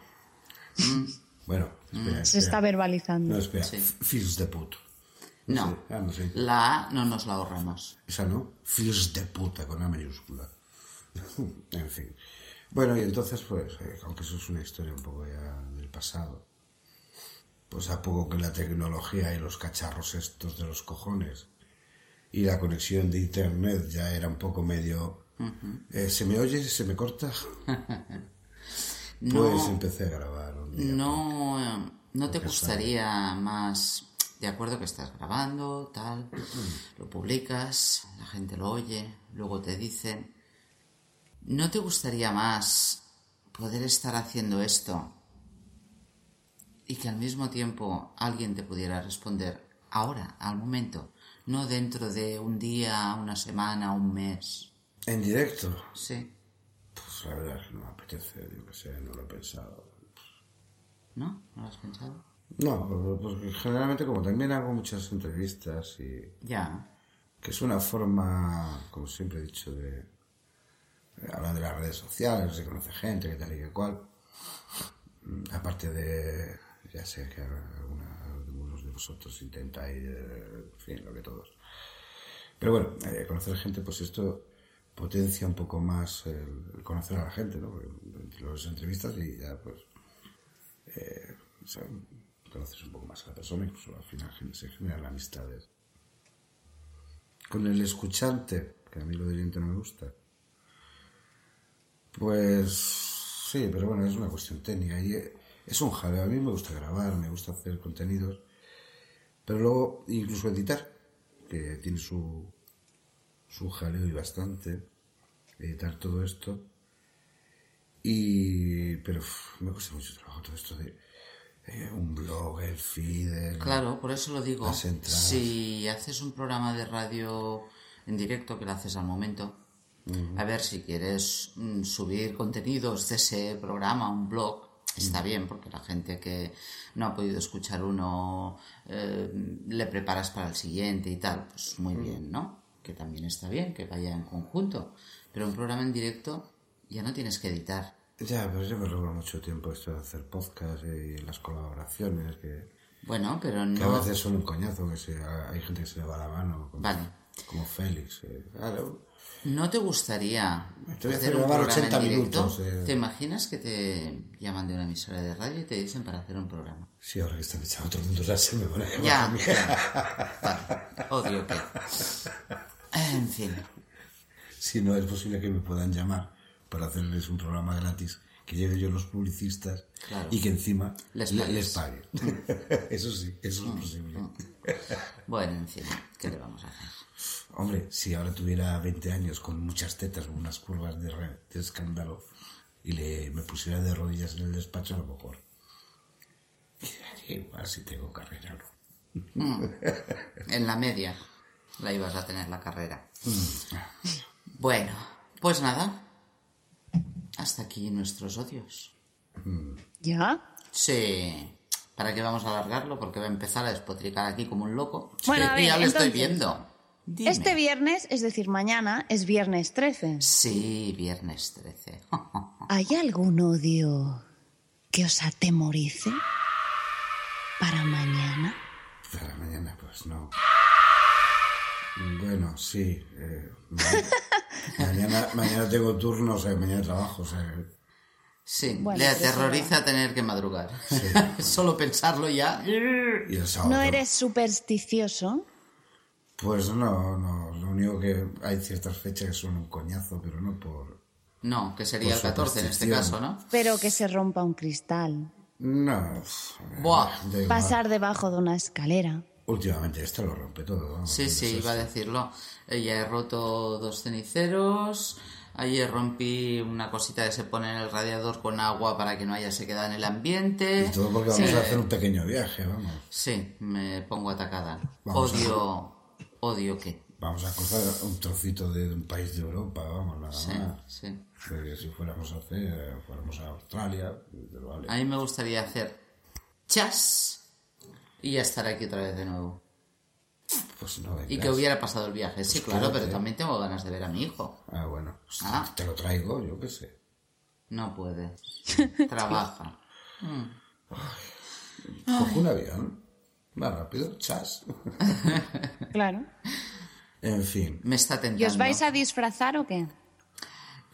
[SPEAKER 5] Bueno, espera,
[SPEAKER 3] Se está
[SPEAKER 5] espera. No,
[SPEAKER 3] verbalizando.
[SPEAKER 5] espera,
[SPEAKER 2] Mm. Sí.
[SPEAKER 5] F- Fils de puto.
[SPEAKER 2] No,
[SPEAKER 5] Sí. Ah, no sé.
[SPEAKER 2] la A no nos la ahorramos.
[SPEAKER 5] Esa no, Fils de puta con A mayúscula. en fin. Bueno, y entonces, pues, eh, aunque eso es una historia un poco ya del pasado, pues a poco que la tecnología y los cacharros estos de los cojones y la conexión de internet ya era un poco medio. eh, ¿Se me oye? ¿Se me corta?
[SPEAKER 2] No,
[SPEAKER 5] Pues empecé a grabar un día.
[SPEAKER 2] em, no, eh, no te gustaría más de acuerdo que estás grabando, tal, lo publicas, la gente lo oye, luego te dicen, ¿no te gustaría más poder estar haciendo esto y que al mismo tiempo alguien te pudiera responder ahora, al momento, no dentro de un día, una semana, un mes?
[SPEAKER 5] En directo.
[SPEAKER 2] Sí,
[SPEAKER 5] Pues la verdad, no me apetece, yo que sé, no lo he pensado.
[SPEAKER 2] ¿no? ¿No lo has pensado?
[SPEAKER 5] No, porque generalmente como también hago muchas entrevistas y
[SPEAKER 2] Ya,
[SPEAKER 5] que es una forma, como siempre he dicho, de de hablar de las redes sociales, se conoce gente, que tal y que cual. Mm, Aparte de, ya sé que alguna- algunos de vosotros intentáis, eh, en fin, lo que todos. Pero bueno, eh, conocer gente, pues esto potencia un poco más el el conocer a la gente, ¿no? Porque Entre las entrevistas y ya, pues, eh, ¿sabes? conoces un poco más a la persona, incluso al final gen- se generan amistades con el escuchante, que a mí lo del oyente no me gusta. Pues sí, pero bueno, es una cuestión técnica y eh, es un jaleo. A mí me gusta grabar, me gusta hacer contenidos, pero luego incluso editar, que tiene su, su jaleo y bastante, editar todo esto. Y, pero uf, me cuesta mucho trabajo todo esto de eh, un blog, el feed, el-
[SPEAKER 2] claro, por eso lo digo.
[SPEAKER 5] Las entradas.
[SPEAKER 2] Si haces un programa de radio en directo, que lo haces al momento,
[SPEAKER 5] Mm.
[SPEAKER 2] a ver si quieres mm, subir contenidos de ese programa, un blog.
[SPEAKER 5] Mm.
[SPEAKER 2] Está bien, porque la gente que no ha podido escuchar uno eh, le preparas para el siguiente y tal. Pues
[SPEAKER 5] Mm.
[SPEAKER 2] muy bien, ¿no? Que también está bien, que vaya en conjunto. Pero un programa en directo ya no tienes que editar.
[SPEAKER 5] Ya, pero yo me roba mucho tiempo esto de hacer podcast eh, y las colaboraciones, que,
[SPEAKER 2] Bueno, pero
[SPEAKER 5] que a
[SPEAKER 2] no.
[SPEAKER 5] veces son un coñazo, que se, hay gente que se le va la mano, como,
[SPEAKER 2] Vale.
[SPEAKER 5] como Félix. eh. Claro,
[SPEAKER 2] ¿No te gustaría
[SPEAKER 5] Te voy
[SPEAKER 2] hacer
[SPEAKER 5] a hacer
[SPEAKER 2] un
[SPEAKER 5] grabar
[SPEAKER 2] programa
[SPEAKER 5] 80
[SPEAKER 2] en directo?
[SPEAKER 5] minutos, eh.
[SPEAKER 2] ¿Te imaginas que te llaman de una emisora de radio y te dicen para hacer un programa?
[SPEAKER 5] sí, ahora que están echando todo el mundo ya se me van a llamar
[SPEAKER 2] Ya,
[SPEAKER 5] a mí.
[SPEAKER 2] ya. Vale, odio que... En fin,
[SPEAKER 5] Si no es posible que me puedan llamar para hacerles un programa gratis, que lleve yo los publicistas
[SPEAKER 2] Claro.
[SPEAKER 5] y que encima
[SPEAKER 2] Les
[SPEAKER 5] le-
[SPEAKER 2] pagues. Mm.
[SPEAKER 5] pague. eso sí, eso es posible.
[SPEAKER 2] bueno, en fin, ¿qué le vamos a hacer?
[SPEAKER 5] Hombre, si ahora tuviera 20 años con muchas tetas, unas curvas de, re- de escándalo y le, me pusiera de rodillas en el despacho, a lo mejor. Quedaría igual si tengo carrera o no.
[SPEAKER 2] En la media la ibas a tener la carrera.
[SPEAKER 5] Mm.
[SPEAKER 2] Bueno, pues nada. Hasta aquí nuestros odios.
[SPEAKER 3] ¿Ya?
[SPEAKER 2] Sí. ¿Para qué vamos a alargarlo? Porque va a empezar a despotricar aquí como un loco.
[SPEAKER 3] Bueno,
[SPEAKER 2] Sí,
[SPEAKER 3] a
[SPEAKER 2] y ya
[SPEAKER 3] ver,
[SPEAKER 2] lo estoy
[SPEAKER 3] entonces,
[SPEAKER 2] viendo. Dime.
[SPEAKER 3] Este viernes, es decir, mañana, es viernes 13.
[SPEAKER 2] Sí, viernes 13.
[SPEAKER 3] ¿Hay algún odio que os atemorice para mañana?
[SPEAKER 5] Para mañana, pues no. Bueno, sí. eh, ma- mañana, mañana tengo turno, o sea, mañana trabajo, o sea.
[SPEAKER 2] Sí,
[SPEAKER 3] Bueno,
[SPEAKER 2] le
[SPEAKER 3] pues
[SPEAKER 2] aterroriza tener que madrugar. Solo pensarlo ya.
[SPEAKER 5] Y el sábado.
[SPEAKER 3] ¿No eres supersticioso?
[SPEAKER 5] Pues no, no. Lo único que hay ciertas fechas que son un coñazo, pero no por.
[SPEAKER 2] No, que sería
[SPEAKER 5] Por
[SPEAKER 2] el 14 en este caso,
[SPEAKER 5] superstición.
[SPEAKER 2] ¿no?
[SPEAKER 3] Pero que se rompa un cristal,
[SPEAKER 5] No. pff,
[SPEAKER 2] Buah.
[SPEAKER 5] da igual.
[SPEAKER 3] pasar debajo de una escalera.
[SPEAKER 5] Últimamente esto lo rompe todo. ¿no?
[SPEAKER 2] Sí, sí, iba a decirlo. Eh, Ya he roto dos ceniceros. Ayer rompí una cosita que se pone en el radiador con agua para que no haya se queda en el ambiente.
[SPEAKER 5] Y todo porque vamos a hacer un pequeño viaje, vamos.
[SPEAKER 2] Sí, me pongo atacada.
[SPEAKER 5] Vamos a-
[SPEAKER 2] odio, odio que. ¿eh?
[SPEAKER 5] Vamos a cruzar un trocito de un país de Europa, vamos, nada
[SPEAKER 2] Sí,
[SPEAKER 5] más.
[SPEAKER 2] sí.
[SPEAKER 5] Porque si fuéramos a hacer, fuéramos a Australia, desde luego, vale.
[SPEAKER 2] A mí me gustaría hacer chas y ya estar aquí otra vez de nuevo.
[SPEAKER 5] pues no
[SPEAKER 2] Y
[SPEAKER 5] vengas.
[SPEAKER 2] que hubiera pasado el viaje. Sí, claro,
[SPEAKER 5] claro,
[SPEAKER 2] pero
[SPEAKER 5] sí.
[SPEAKER 2] también tengo ganas de ver a mi hijo.
[SPEAKER 5] Ah, bueno, pues
[SPEAKER 2] Ah.
[SPEAKER 5] te lo traigo, yo qué sé.
[SPEAKER 2] No puedes. Trabaja.
[SPEAKER 5] Cojo un avión, va rápido, chas.
[SPEAKER 3] Claro.
[SPEAKER 5] en fin,
[SPEAKER 2] Me está tentando.
[SPEAKER 3] ¿Y os vais a disfrazar o qué?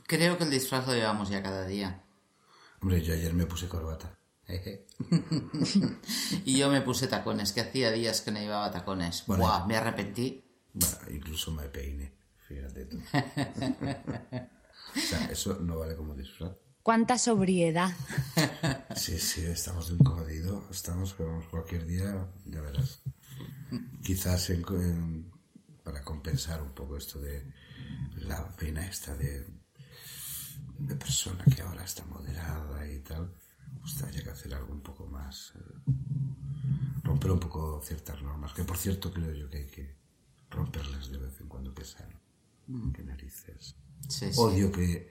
[SPEAKER 2] Creo que el disfraz lo llevamos ya cada día.
[SPEAKER 5] hombre, yo ayer me puse corbata. Jeje.
[SPEAKER 2] Y yo me puse tacones, que hacía días que no llevaba tacones.
[SPEAKER 5] Bueno.
[SPEAKER 2] Buah, me arrepentí.
[SPEAKER 5] bueno, incluso me peiné, fíjate tú. o sea, eso no vale como disfraz.
[SPEAKER 3] ¿Cuánta sobriedad?
[SPEAKER 5] Sí, sí, estamos de un jodido. Estamos, pero vamos, cualquier día, ya verás. Quizás en- en- para compensar un poco esto de la pena esta de, de persona que ahora está moderada y tal, pues haya que hacer algo un poco más, eh, romper un poco ciertas normas, que por cierto creo yo que hay que romperlas de vez en cuando que salen. Qué narices.
[SPEAKER 2] Sí, sí.
[SPEAKER 5] Odio que.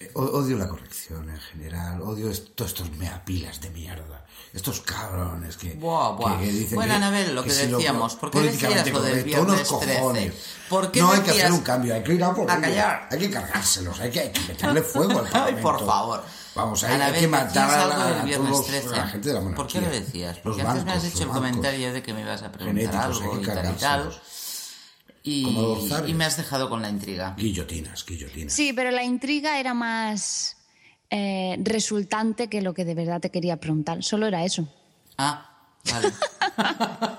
[SPEAKER 5] eh, o- Odio la corrección en general, odio est- todos estos meapilas de mierda, estos cabrones que.
[SPEAKER 2] Buah, buah. Bueno, Anabel, lo que decíamos, ¿por qué
[SPEAKER 5] políticamente
[SPEAKER 2] decías lo del
[SPEAKER 5] correcto,
[SPEAKER 2] viernes
[SPEAKER 5] unos
[SPEAKER 2] 13?
[SPEAKER 5] cojones.
[SPEAKER 2] ¿Por qué
[SPEAKER 5] no hay que
[SPEAKER 2] decías-
[SPEAKER 5] hacer un cambio, hay que ir a por
[SPEAKER 2] A
[SPEAKER 5] ellos,
[SPEAKER 2] callar.
[SPEAKER 5] Hay que cargárselos, hay que, hay que meterle fuego al
[SPEAKER 2] Ay,
[SPEAKER 5] Parlamento.
[SPEAKER 2] por favor.
[SPEAKER 5] Vamos, hay,
[SPEAKER 2] Anabel,
[SPEAKER 5] hay que matar
[SPEAKER 2] decías
[SPEAKER 5] a
[SPEAKER 2] algo del
[SPEAKER 5] la, a
[SPEAKER 2] viernes
[SPEAKER 5] todos-
[SPEAKER 2] 13.
[SPEAKER 5] a la gente de la monarquía.
[SPEAKER 2] ¿Por qué lo decías? Porque
[SPEAKER 5] Los
[SPEAKER 2] antes me has
[SPEAKER 5] bancos,
[SPEAKER 2] hecho
[SPEAKER 5] los
[SPEAKER 2] el
[SPEAKER 5] bancos.
[SPEAKER 2] comentario de que me ibas a preguntar
[SPEAKER 5] Genéticos, hay
[SPEAKER 2] algo
[SPEAKER 5] que
[SPEAKER 2] y tal y tal.
[SPEAKER 5] cargárselos. Como
[SPEAKER 2] Y,
[SPEAKER 5] los zardes.
[SPEAKER 2] y me has dejado con la intriga.
[SPEAKER 5] Guillotinas, guillotinas.
[SPEAKER 3] Sí, pero la intriga era más eh, resultante que lo que de verdad te quería preguntar. Solo era eso.
[SPEAKER 2] Ah, vale.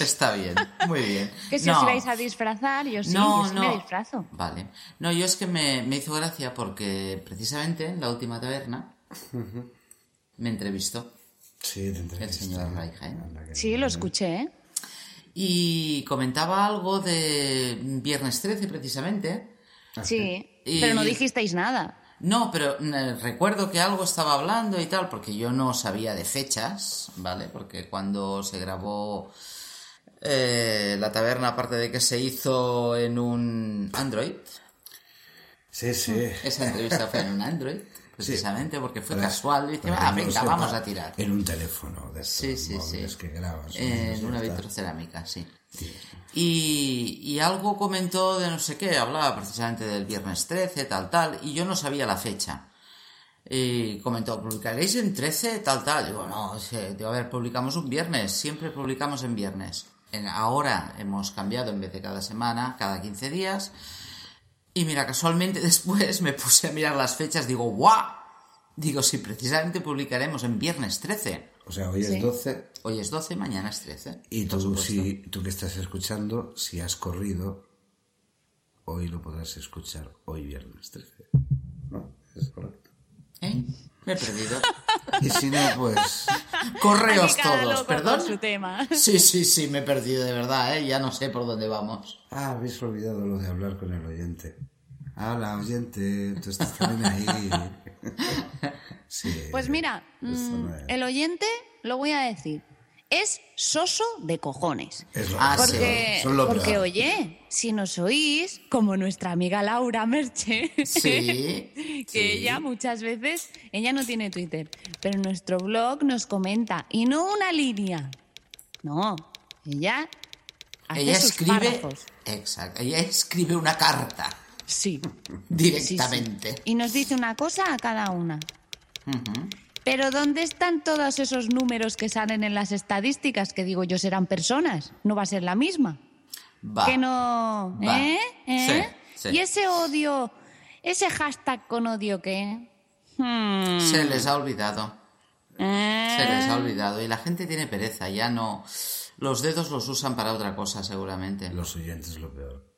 [SPEAKER 2] Está bien, muy bien.
[SPEAKER 3] Que si
[SPEAKER 2] No.
[SPEAKER 3] os ibais a disfrazar, yo sí, yo sí me disfrazo.
[SPEAKER 2] Vale. No, yo es que me, me hizo gracia porque precisamente en la última taberna me entrevistó.
[SPEAKER 5] Sí, te
[SPEAKER 2] El señor Raija, ¿eh?
[SPEAKER 3] Sí, lo escuché, ¿eh?
[SPEAKER 2] Y comentaba algo de Viernes 13 precisamente.
[SPEAKER 3] Sí,
[SPEAKER 2] Y-
[SPEAKER 3] pero no dijisteis nada.
[SPEAKER 2] No, pero mm, recuerdo que algo estaba hablando y tal, porque yo no sabía de fechas, ¿vale? Porque cuando se grabó eh, la taberna, aparte de que se hizo en un Android,
[SPEAKER 5] Sí, sí.
[SPEAKER 2] esa entrevista fue en un Android, precisamente, porque Mm. fue
[SPEAKER 5] Para-
[SPEAKER 2] casual. Dice,
[SPEAKER 5] para
[SPEAKER 2] ah,
[SPEAKER 5] que no
[SPEAKER 2] venga,
[SPEAKER 5] sepa,
[SPEAKER 2] vamos a tirar.
[SPEAKER 5] En un teléfono de estos
[SPEAKER 2] Sí, sí, sí. Eh,
[SPEAKER 5] móviles que grabas.
[SPEAKER 2] En
[SPEAKER 5] ¿no?
[SPEAKER 2] una
[SPEAKER 5] Ya está.
[SPEAKER 2] vitrocerámica, sí. Y, y algo comentó de no sé qué, hablaba precisamente del viernes 13, tal, tal, y yo no sabía la fecha. Y comentó, ¿publicaréis en 13, tal, tal? Digo, no, es que, digo, a ver, publicamos un viernes, siempre publicamos en viernes. En- ahora hemos cambiado en vez de cada semana, cada 15 días. Y mira, casualmente después me puse a mirar las fechas, digo, ¡guau! Digo, si precisamente publicaremos en viernes 13.
[SPEAKER 5] O sea, hoy
[SPEAKER 3] Sí.
[SPEAKER 5] es 12
[SPEAKER 2] Hoy es 12, mañana es 13.
[SPEAKER 5] y tú, si, tú que estás escuchando, si has corrido, hoy lo podrás escuchar, hoy viernes 13. ¿No? Es correcto.
[SPEAKER 2] ¿Eh? Me he perdido.
[SPEAKER 5] Y si no, pues...
[SPEAKER 2] Correos
[SPEAKER 3] Aquí cada
[SPEAKER 2] todos,
[SPEAKER 3] loco con
[SPEAKER 2] perdón.
[SPEAKER 3] su tema.
[SPEAKER 2] Sí, sí, sí, me he perdido de verdad, ¿eh? Ya no sé por dónde vamos.
[SPEAKER 5] Ah, habéis olvidado lo de hablar con el oyente. Habla, oyente, tú estás también ahí. Sí,
[SPEAKER 3] Pues mira,
[SPEAKER 5] esto
[SPEAKER 3] mm,
[SPEAKER 5] no es-
[SPEAKER 3] el oyente, lo voy a decir, es soso de cojones.
[SPEAKER 5] es lo
[SPEAKER 2] Ah,
[SPEAKER 5] peor,
[SPEAKER 3] Porque,
[SPEAKER 5] son lo
[SPEAKER 3] porque
[SPEAKER 5] peor.
[SPEAKER 3] oye, si nos oís, como nuestra amiga Laura Merche,
[SPEAKER 2] Sí.
[SPEAKER 3] que
[SPEAKER 2] sí.
[SPEAKER 3] ella muchas veces, ella no tiene Twitter, pero en nuestro blog nos comenta, y no una línea, no, ella hace
[SPEAKER 2] Ella
[SPEAKER 3] sus
[SPEAKER 2] escribe.
[SPEAKER 3] párrafos.
[SPEAKER 2] Exacto. Ella escribe una carta
[SPEAKER 3] Sí,
[SPEAKER 2] directamente.
[SPEAKER 3] y nos dice una cosa a cada una. Pero ¿dónde están todos esos números que salen en las estadísticas? Que digo yo, serán personas, no va a ser la misma.
[SPEAKER 2] Va.
[SPEAKER 3] Que no.
[SPEAKER 2] Va.
[SPEAKER 3] ¿Eh? ¿Eh?
[SPEAKER 2] Sí, sí.
[SPEAKER 3] Y ese odio, ese hashtag con odio que. Hmm.
[SPEAKER 2] Se les ha olvidado.
[SPEAKER 3] ¿Eh?
[SPEAKER 2] Se les ha olvidado. Y la gente tiene pereza, ya no. Los dedos los usan para otra cosa, seguramente.
[SPEAKER 5] Los oyentes lo peor.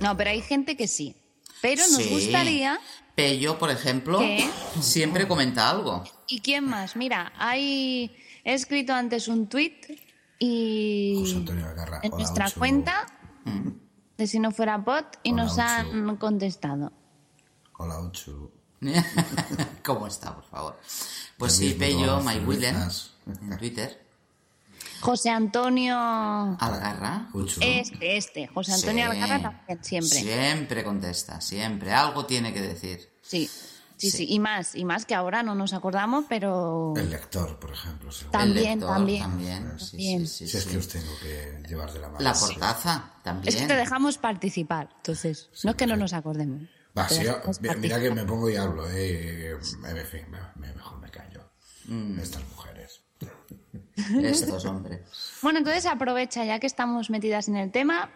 [SPEAKER 3] No, pero hay gente que sí. Pero nos
[SPEAKER 2] Sí.
[SPEAKER 3] gustaría.
[SPEAKER 2] Pello, por ejemplo,
[SPEAKER 3] ¿Qué?
[SPEAKER 2] siempre comenta algo.
[SPEAKER 3] ¿Y quién más? Mira, hay. He escrito antes un tweet y.
[SPEAKER 5] José Antonio Agarra,
[SPEAKER 3] en
[SPEAKER 5] hola,
[SPEAKER 3] nuestra
[SPEAKER 5] Uchu.
[SPEAKER 3] cuenta de si no fuera bot y
[SPEAKER 5] Hola,
[SPEAKER 3] nos
[SPEAKER 5] Uchu.
[SPEAKER 3] han contestado.
[SPEAKER 5] Hola, Ochu.
[SPEAKER 2] ¿Cómo está, por favor? Pues
[SPEAKER 5] Lo
[SPEAKER 2] sí,
[SPEAKER 5] mismo,
[SPEAKER 2] Pello,
[SPEAKER 5] todas
[SPEAKER 2] My
[SPEAKER 5] las
[SPEAKER 2] Willem,
[SPEAKER 5] cervezas.
[SPEAKER 2] en Twitter,
[SPEAKER 3] José Antonio.
[SPEAKER 2] Algarra.
[SPEAKER 5] Ochu.
[SPEAKER 3] Este, este. José Antonio
[SPEAKER 2] Sí.
[SPEAKER 3] Algarra también, siempre.
[SPEAKER 2] Siempre contesta, siempre. Algo tiene que decir.
[SPEAKER 3] Sí, sí,
[SPEAKER 2] Sí.
[SPEAKER 3] sí, y más, y más que ahora no nos acordamos, pero
[SPEAKER 5] El lector, por ejemplo. seguro.
[SPEAKER 3] Ta-
[SPEAKER 2] El
[SPEAKER 3] También,
[SPEAKER 2] lector,
[SPEAKER 3] también.
[SPEAKER 2] también. Sí, sí,
[SPEAKER 3] También.
[SPEAKER 2] sí,
[SPEAKER 5] si es
[SPEAKER 2] sí.
[SPEAKER 5] que os tengo que llevar de la mano.
[SPEAKER 2] La
[SPEAKER 5] Sí.
[SPEAKER 2] portaza, también.
[SPEAKER 3] es que te dejamos participar, entonces, no es que no nos acordemos.
[SPEAKER 5] Va,
[SPEAKER 3] te
[SPEAKER 5] sí,
[SPEAKER 3] dejamos
[SPEAKER 5] mira, mira
[SPEAKER 3] participar.
[SPEAKER 5] que me pongo y hablo. Eh, eh, en fin, me- me- mejor me callo.
[SPEAKER 2] Mm.
[SPEAKER 5] Estas mujeres.
[SPEAKER 2] Estos hombres.
[SPEAKER 3] Bueno, entonces aprovecha, ya que estamos metidas en el tema,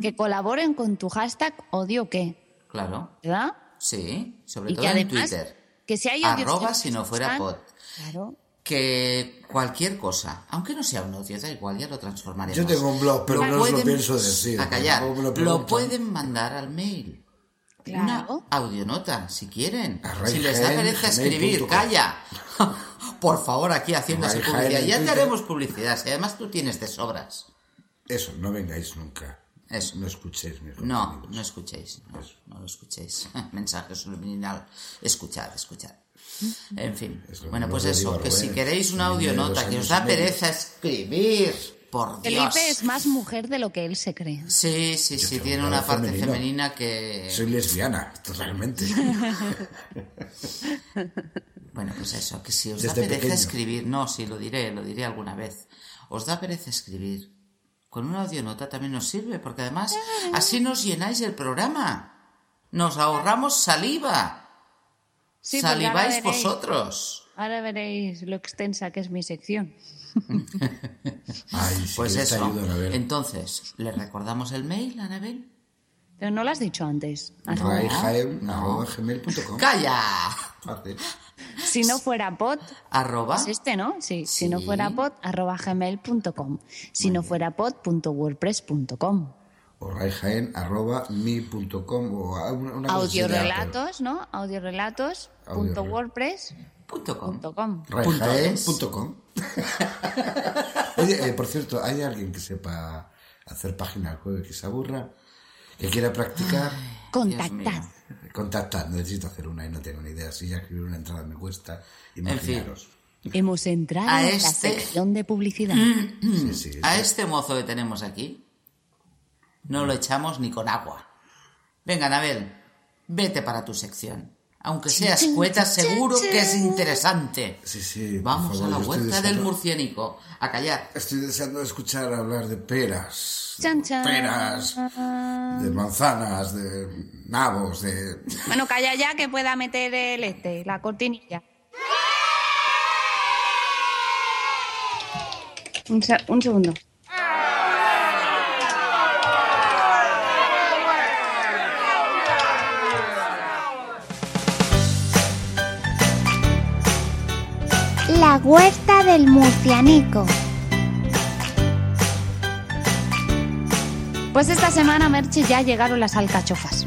[SPEAKER 3] que colaboren con tu hashtag odio qué,
[SPEAKER 2] Claro.
[SPEAKER 3] ¿verdad?
[SPEAKER 2] Sí, sobre
[SPEAKER 3] Y
[SPEAKER 2] todo
[SPEAKER 3] que
[SPEAKER 2] en
[SPEAKER 3] además,
[SPEAKER 2] Twitter.
[SPEAKER 3] que si hay odios
[SPEAKER 2] Arroba
[SPEAKER 3] que
[SPEAKER 2] si no
[SPEAKER 3] nos
[SPEAKER 2] fuera
[SPEAKER 3] gustan,
[SPEAKER 2] pot.
[SPEAKER 3] Claro.
[SPEAKER 2] Que cualquier cosa, aunque no sea un odio, da igual, ya lo transformaremos.
[SPEAKER 5] Yo tengo un blog, pero
[SPEAKER 2] Lo
[SPEAKER 5] no os lo
[SPEAKER 2] pueden-
[SPEAKER 5] pienso decir.
[SPEAKER 2] A callar.
[SPEAKER 5] Tampoco me lo
[SPEAKER 2] Lo
[SPEAKER 5] preguntan.
[SPEAKER 2] pueden mandar al mail.
[SPEAKER 3] Claro.
[SPEAKER 2] Una audionota, si quieren.
[SPEAKER 5] A
[SPEAKER 2] Si les da
[SPEAKER 5] raigen,
[SPEAKER 2] pereza escribir,
[SPEAKER 5] gmail.com.
[SPEAKER 2] calla. por favor, aquí haciéndose
[SPEAKER 5] Ray
[SPEAKER 2] publicidad.
[SPEAKER 5] Jaén
[SPEAKER 2] Ya
[SPEAKER 5] en
[SPEAKER 2] te
[SPEAKER 5] Twitter.
[SPEAKER 2] haremos publicidad, si además tú tienes de sobras.
[SPEAKER 5] Eso, no vengáis nunca.
[SPEAKER 2] Eso.
[SPEAKER 5] No escuchéis mis
[SPEAKER 2] No,
[SPEAKER 5] contenidos.
[SPEAKER 2] no escuchéis, no, no lo escuchéis. Mensaje subliminal. Escuchad, escuchad. En fin.
[SPEAKER 5] Es lo
[SPEAKER 2] Bueno,
[SPEAKER 5] que
[SPEAKER 2] pues
[SPEAKER 5] yo digo
[SPEAKER 2] eso,
[SPEAKER 5] a
[SPEAKER 2] que si
[SPEAKER 5] Rubén,
[SPEAKER 2] queréis una
[SPEAKER 5] un niño de dos
[SPEAKER 2] audionota que
[SPEAKER 5] años
[SPEAKER 2] os
[SPEAKER 5] y
[SPEAKER 2] da
[SPEAKER 5] medio.
[SPEAKER 2] pereza escribir, por Dios.
[SPEAKER 3] Felipe es más mujer de lo que él se cree.
[SPEAKER 2] Sí, sí, sí,
[SPEAKER 5] soy
[SPEAKER 2] tiene
[SPEAKER 5] un
[SPEAKER 2] una
[SPEAKER 5] lado
[SPEAKER 2] parte
[SPEAKER 5] femenino.
[SPEAKER 2] femenina que...
[SPEAKER 5] Soy lesbiana, totalmente.
[SPEAKER 2] Bueno, pues eso, que si os da
[SPEAKER 5] Desde
[SPEAKER 2] pereza
[SPEAKER 5] pequeño.
[SPEAKER 2] escribir, no, sí, lo diré, lo diré alguna vez. Os da pereza escribir. Con una audionota también nos sirve, porque además así nos llenáis el programa. Nos ahorramos saliva.
[SPEAKER 3] Sí, porque ahora
[SPEAKER 2] Saliváis
[SPEAKER 3] veréis-
[SPEAKER 2] vosotros.
[SPEAKER 3] Ahora veréis lo extensa que es mi sección.
[SPEAKER 5] Ay, si
[SPEAKER 2] Pues
[SPEAKER 5] quieres te
[SPEAKER 2] eso.
[SPEAKER 5] ayudo, Anabel.
[SPEAKER 2] Entonces, ¿le recordamos el mail, Anabel?
[SPEAKER 3] Pero no lo has dicho antes.
[SPEAKER 2] Ah,
[SPEAKER 3] Has-
[SPEAKER 5] Raijaen, arroba gmail.com.
[SPEAKER 2] ¡Calla!
[SPEAKER 5] Fácil.
[SPEAKER 3] Si no fuera pot,
[SPEAKER 2] Arroba.
[SPEAKER 3] es este, ¿no? Sí. Si no
[SPEAKER 2] Sí.
[SPEAKER 3] fuera pot, arroba gmail.com. Si no fuera pot, punto wordpress.com.
[SPEAKER 5] O raijaen, arroba mi.com o a- una, una cosa así de
[SPEAKER 3] Audiorelatos, ¿no? Audiorelatos, punto
[SPEAKER 5] Audiorelatos.
[SPEAKER 3] wordpress.com.
[SPEAKER 2] Punto com.
[SPEAKER 5] Apple.
[SPEAKER 2] Punto es.
[SPEAKER 5] Raijaen.com. Oye, eh, por cierto, ¿hay alguien que sepa hacer página al juego y que se aburra? ¿Que quiera practicar?
[SPEAKER 3] Contactad.
[SPEAKER 2] mío.
[SPEAKER 5] Contactad, necesito hacer una y no tengo ni idea. Si ya escribir una entrada me cuesta, imaginaros.
[SPEAKER 3] Hemos entrado
[SPEAKER 2] A
[SPEAKER 3] en la
[SPEAKER 2] este- Mm.
[SPEAKER 3] sección de publicidad.
[SPEAKER 5] Sí, sí.
[SPEAKER 2] A este mozo que tenemos aquí no lo echamos ni con agua. Venga, Anabel, vete para tu sección. Aunque sea escueta, seguro que es interesante.
[SPEAKER 5] Sí, sí, por
[SPEAKER 2] Vamos
[SPEAKER 5] favor,
[SPEAKER 2] a la
[SPEAKER 5] yo estoy
[SPEAKER 2] vuelta del
[SPEAKER 5] deseando-
[SPEAKER 2] murciénico. A callar.
[SPEAKER 5] Estoy deseando escuchar hablar de peras.
[SPEAKER 3] Chan, chan.
[SPEAKER 5] Peras, de manzanas, de nabos, de...
[SPEAKER 3] Bueno, calla ya que pueda meter el este, la cortinilla. Un, se- un segundo.
[SPEAKER 7] La huerta del murcianico.
[SPEAKER 3] Pues esta semana, Merche, ya llegaron las alcachofas.